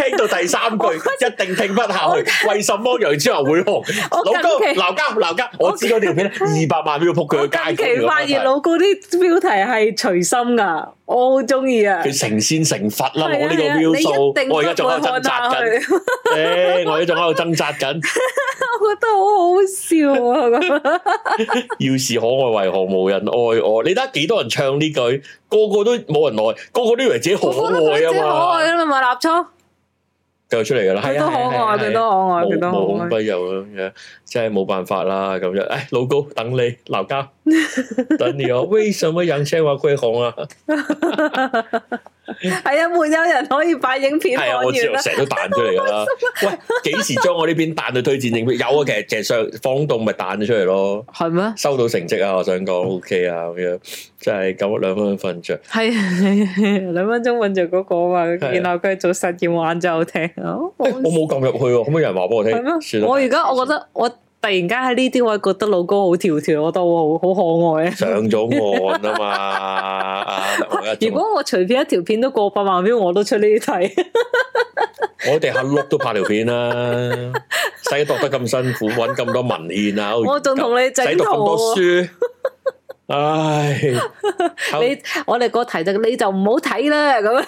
Speaker 1: 聽到第三句一定聽不下去。為什麼楊千嬅會紅？
Speaker 2: 我
Speaker 1: 老高
Speaker 2: 近期嗯
Speaker 1: 鬧交鬧交，我知嗰條 片二百萬秒撲 佢
Speaker 2: 我
Speaker 1: 嘅
Speaker 2: 近
Speaker 1: 街
Speaker 2: 期
Speaker 1: 角
Speaker 2: 發現老高啲標題係隨心噶，我好中意啊。
Speaker 1: 佢成仙成佛啦！
Speaker 2: 係
Speaker 1: 我
Speaker 2: 啊
Speaker 1: 呢個
Speaker 2: 係啊
Speaker 1: view 數
Speaker 2: 你一定，
Speaker 1: 我而家仲喺度
Speaker 2: 不會
Speaker 1: 掙
Speaker 2: 看
Speaker 1: 扎
Speaker 2: 下
Speaker 1: 緊，
Speaker 2: 去， 我
Speaker 1: 誒，我而家仲喺度掙扎緊。
Speaker 2: 覺得好好笑啊咁樣！
Speaker 1: 要是可愛，為何無人愛我？你睇下幾多人唱呢句，個個都冇人愛，個個都以為自 己可
Speaker 2: 我覺得佢真係可
Speaker 1: 愛
Speaker 2: 愛
Speaker 1: 啊嘛，
Speaker 2: 啊嘛，立倉
Speaker 1: 繼續出嚟噶啦，
Speaker 2: 佢
Speaker 1: 係
Speaker 2: 都
Speaker 1: 啊，
Speaker 2: 可
Speaker 1: 係
Speaker 2: 愛，
Speaker 1: 啊
Speaker 2: 佢
Speaker 1: 係啊
Speaker 2: 都可愛，
Speaker 1: 冇
Speaker 2: 佢
Speaker 1: 冇
Speaker 2: 都可
Speaker 1: 孔
Speaker 2: 愛。
Speaker 1: 不有咁樣，真係冇辦法啦咁樣。誒，老高等你鬧 交，等你我。為什麼楊千嬅會紅啊？
Speaker 2: 係啊，沒有人可以擺影片看
Speaker 1: 係啊，我知
Speaker 2: 完
Speaker 1: 道
Speaker 2: 啦。
Speaker 1: 成日都彈出嚟噶啦。喂，幾時將我呢邊彈去推薦影片？有啊，其實其實上放動咪彈咗出嚟咯。
Speaker 2: 係咩？
Speaker 1: 收到成績啊！我想講 OK 啊，咁樣即係咁兩分瞓着。
Speaker 2: 係啊， 兩分鐘揾着嗰個啊嘛，
Speaker 1: 係啊
Speaker 2: 然後佢做實驗玩就好聽啊。
Speaker 1: 喂，我冇撳入去 喎，可唔可以有人話俾我聽？算
Speaker 2: 係咩？
Speaker 1: 啦
Speaker 2: 我而家我覺得我突然間喺呢啲位覺得老高好條條，我覺得我好好 可愛啊！
Speaker 1: 上咗岸啊嘛，啊！我而家
Speaker 2: 如果我隨便一條片都過百萬 view，我都出呢啲題。
Speaker 1: 我哋下碌都拍條片啦，使讀得咁辛 苦，揾咁多文獻啊！
Speaker 2: 我仲同你整
Speaker 1: 使
Speaker 2: 圖
Speaker 1: 讀咁多
Speaker 2: 喎，
Speaker 1: 書，唉！
Speaker 2: 你我哋個題就你就唔好睇啦咁 樣。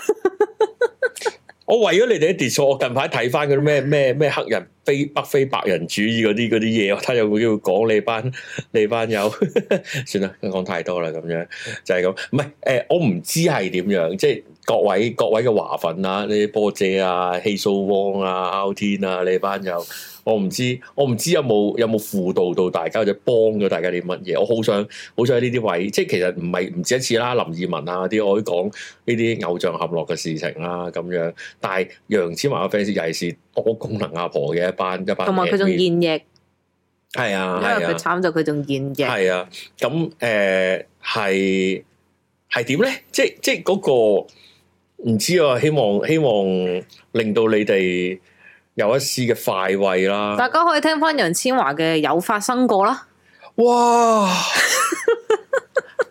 Speaker 1: 我為咗你哋啲 d i s 我近排睇翻嗰啲咩咩咩黑人非北非白人主義嗰啲嗰啲嘢，我睇有冇機會講你班你班友， 算啦，講太多啦咁樣，就係咁。唔係誒，我唔知係點樣，即係各位各位嘅華粉啊，呢啲波姐啊、希蘇汪啊、烤天啊，你班友，我唔知我唔知有冇有冇輔導到大家或者幫咗大家啲乜嘢，我好想好想喺呢啲位，即係其實唔係唔止一次啦，林二汶啊嗰啲，我都講呢啲偶像陷落嘅事情啦，咁樣。但係楊千嬅嘅 fans 尤其是多功能阿婆嘅一班一班，
Speaker 2: 同埋佢仲現役，因為
Speaker 1: 係啊，係
Speaker 2: 佢
Speaker 1: 啊，
Speaker 2: 慘就佢仲現役。
Speaker 1: 係啊。咁誒係係點咧？即係即係嗰個唔知啊！希望希望令到你哋有一絲嘅快慰啦。
Speaker 2: 大家可以聽翻楊千嬅嘅有發生過啦。
Speaker 1: 哇！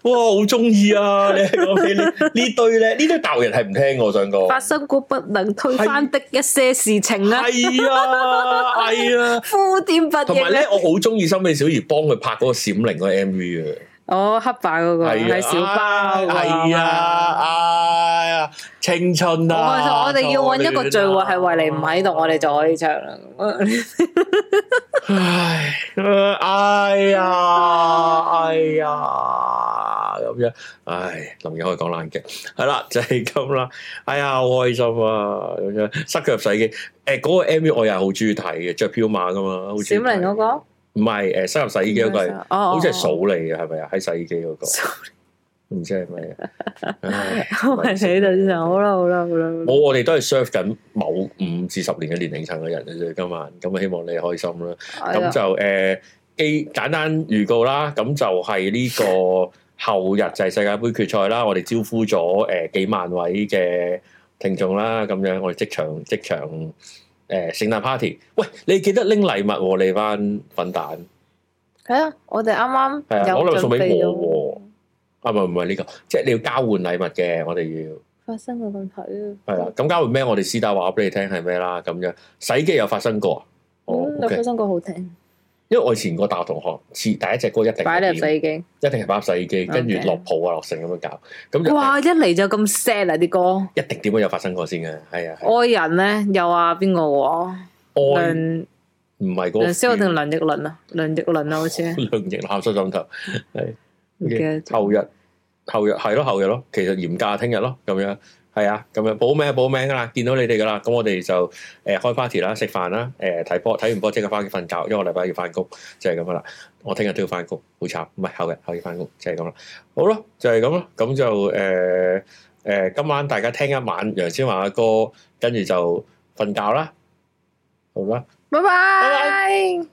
Speaker 1: 哇，好中意啊！你講起呢呢堆咧，呢堆大陸人係唔聽我想講。
Speaker 2: 發生過不能推翻的一些事情啊，
Speaker 1: 係啊，係啊，
Speaker 2: 呼點不
Speaker 1: 同埋
Speaker 2: 應
Speaker 1: 咧
Speaker 2: 啊！，
Speaker 1: 我好中意森美小儀幫佢拍嗰個閃靈嗰個 M V 啊，
Speaker 2: 哦，黑白嗰個
Speaker 1: 係啊，
Speaker 2: à 係小包嗰個
Speaker 1: 係啊，，哎呀，啊，青春
Speaker 2: 我
Speaker 1: 啊，
Speaker 2: 我哋要揾一個聚會係為你
Speaker 1: 你
Speaker 2: 唔喺度，我哋就可以唱啦。
Speaker 1: 唉，呃哎呀，哎呀，咁樣，唉，林友可以講冷嘅，係啦，就係咁啦。哎呀，好開心啊，咁樣塞佢入洗衣機。誒、嗰、個 MV 我又係好中意睇嘅，着彪馬噶嘛，好
Speaker 2: 閃靈嗰個，
Speaker 1: 唔係誒，塞入洗衣機嗰個係，
Speaker 2: 哦，好
Speaker 1: 好似係數嚟嘅，係咪啊？喺洗衣機嗰、個，唔知係咩。唉
Speaker 2: 我係喺度先，好啦好啦好啦。
Speaker 1: 冇，我哋都係 serve 緊某五至十年嘅年齡層嘅人嘅啫，今晚咁啊，希望你開心啦。
Speaker 2: 啊
Speaker 1: 咁就誒基簡單預告啦，咁就係呢個後日就係世界盃決賽啦，我哋招呼咗誒、呃、幾萬位嘅聽眾啦，咁樣我哋即場即場誒、呃、聖誕 party。喂，你記得拎禮物喎、你班粉蛋
Speaker 2: 係啊，我哋啱
Speaker 1: 係啊，
Speaker 2: 啱有
Speaker 1: 攞禮物送
Speaker 2: 準備
Speaker 1: 俾
Speaker 2: 咗
Speaker 1: 我喎。啊，唔係唔係呢個，即係你要交換禮物嘅，我哋要。
Speaker 2: 發生過咁睇
Speaker 1: 係啦，咁交換咩？我哋私底話俾你聽係咩啦，咁樣洗機有發生過啊？哦
Speaker 2: 嗯，有
Speaker 1: OK
Speaker 2: 發生過好聽，
Speaker 1: 因為我以前個大學同學，似第一隻歌一定係
Speaker 2: 擺入
Speaker 1: 點
Speaker 2: 洗機。
Speaker 1: 一定係擺入洗衣機，跟住
Speaker 2: OK
Speaker 1: 落鋪啊落成咁樣搞，咁就
Speaker 2: 哇！一嚟就咁 sad 啊啲歌，
Speaker 1: 一定點樣有發生過先嘅，係啊，係
Speaker 2: 愛人咧又話邊個喎？
Speaker 1: 愛
Speaker 2: 梁
Speaker 1: 唔係嗰個
Speaker 2: 梁思浩定梁奕倫啊？梁奕倫啊，好似
Speaker 1: 梁亦男出枕頭，係
Speaker 2: 唔記得
Speaker 1: OK，後日後日係咯後日咯，其實嚴格聽日咯咁樣。係啊，咁樣報名報名噶啦，見到你哋噶啦，咁我哋就誒、呃、開 party 啦，食飯啦，誒、睇波，睇完波即刻翻屋企瞓覺，因為我禮拜要翻工，就係咁噶啦。我聽日都要翻工，好慘，唔係後日後日翻工，就係咁啦。好咯，就係咁咯，咁就誒誒、呃呃今晚大家聽一晚楊千嬅嘅歌，跟住就瞓覺啦，好啦。
Speaker 2: 拜
Speaker 1: 拜
Speaker 2: 拜。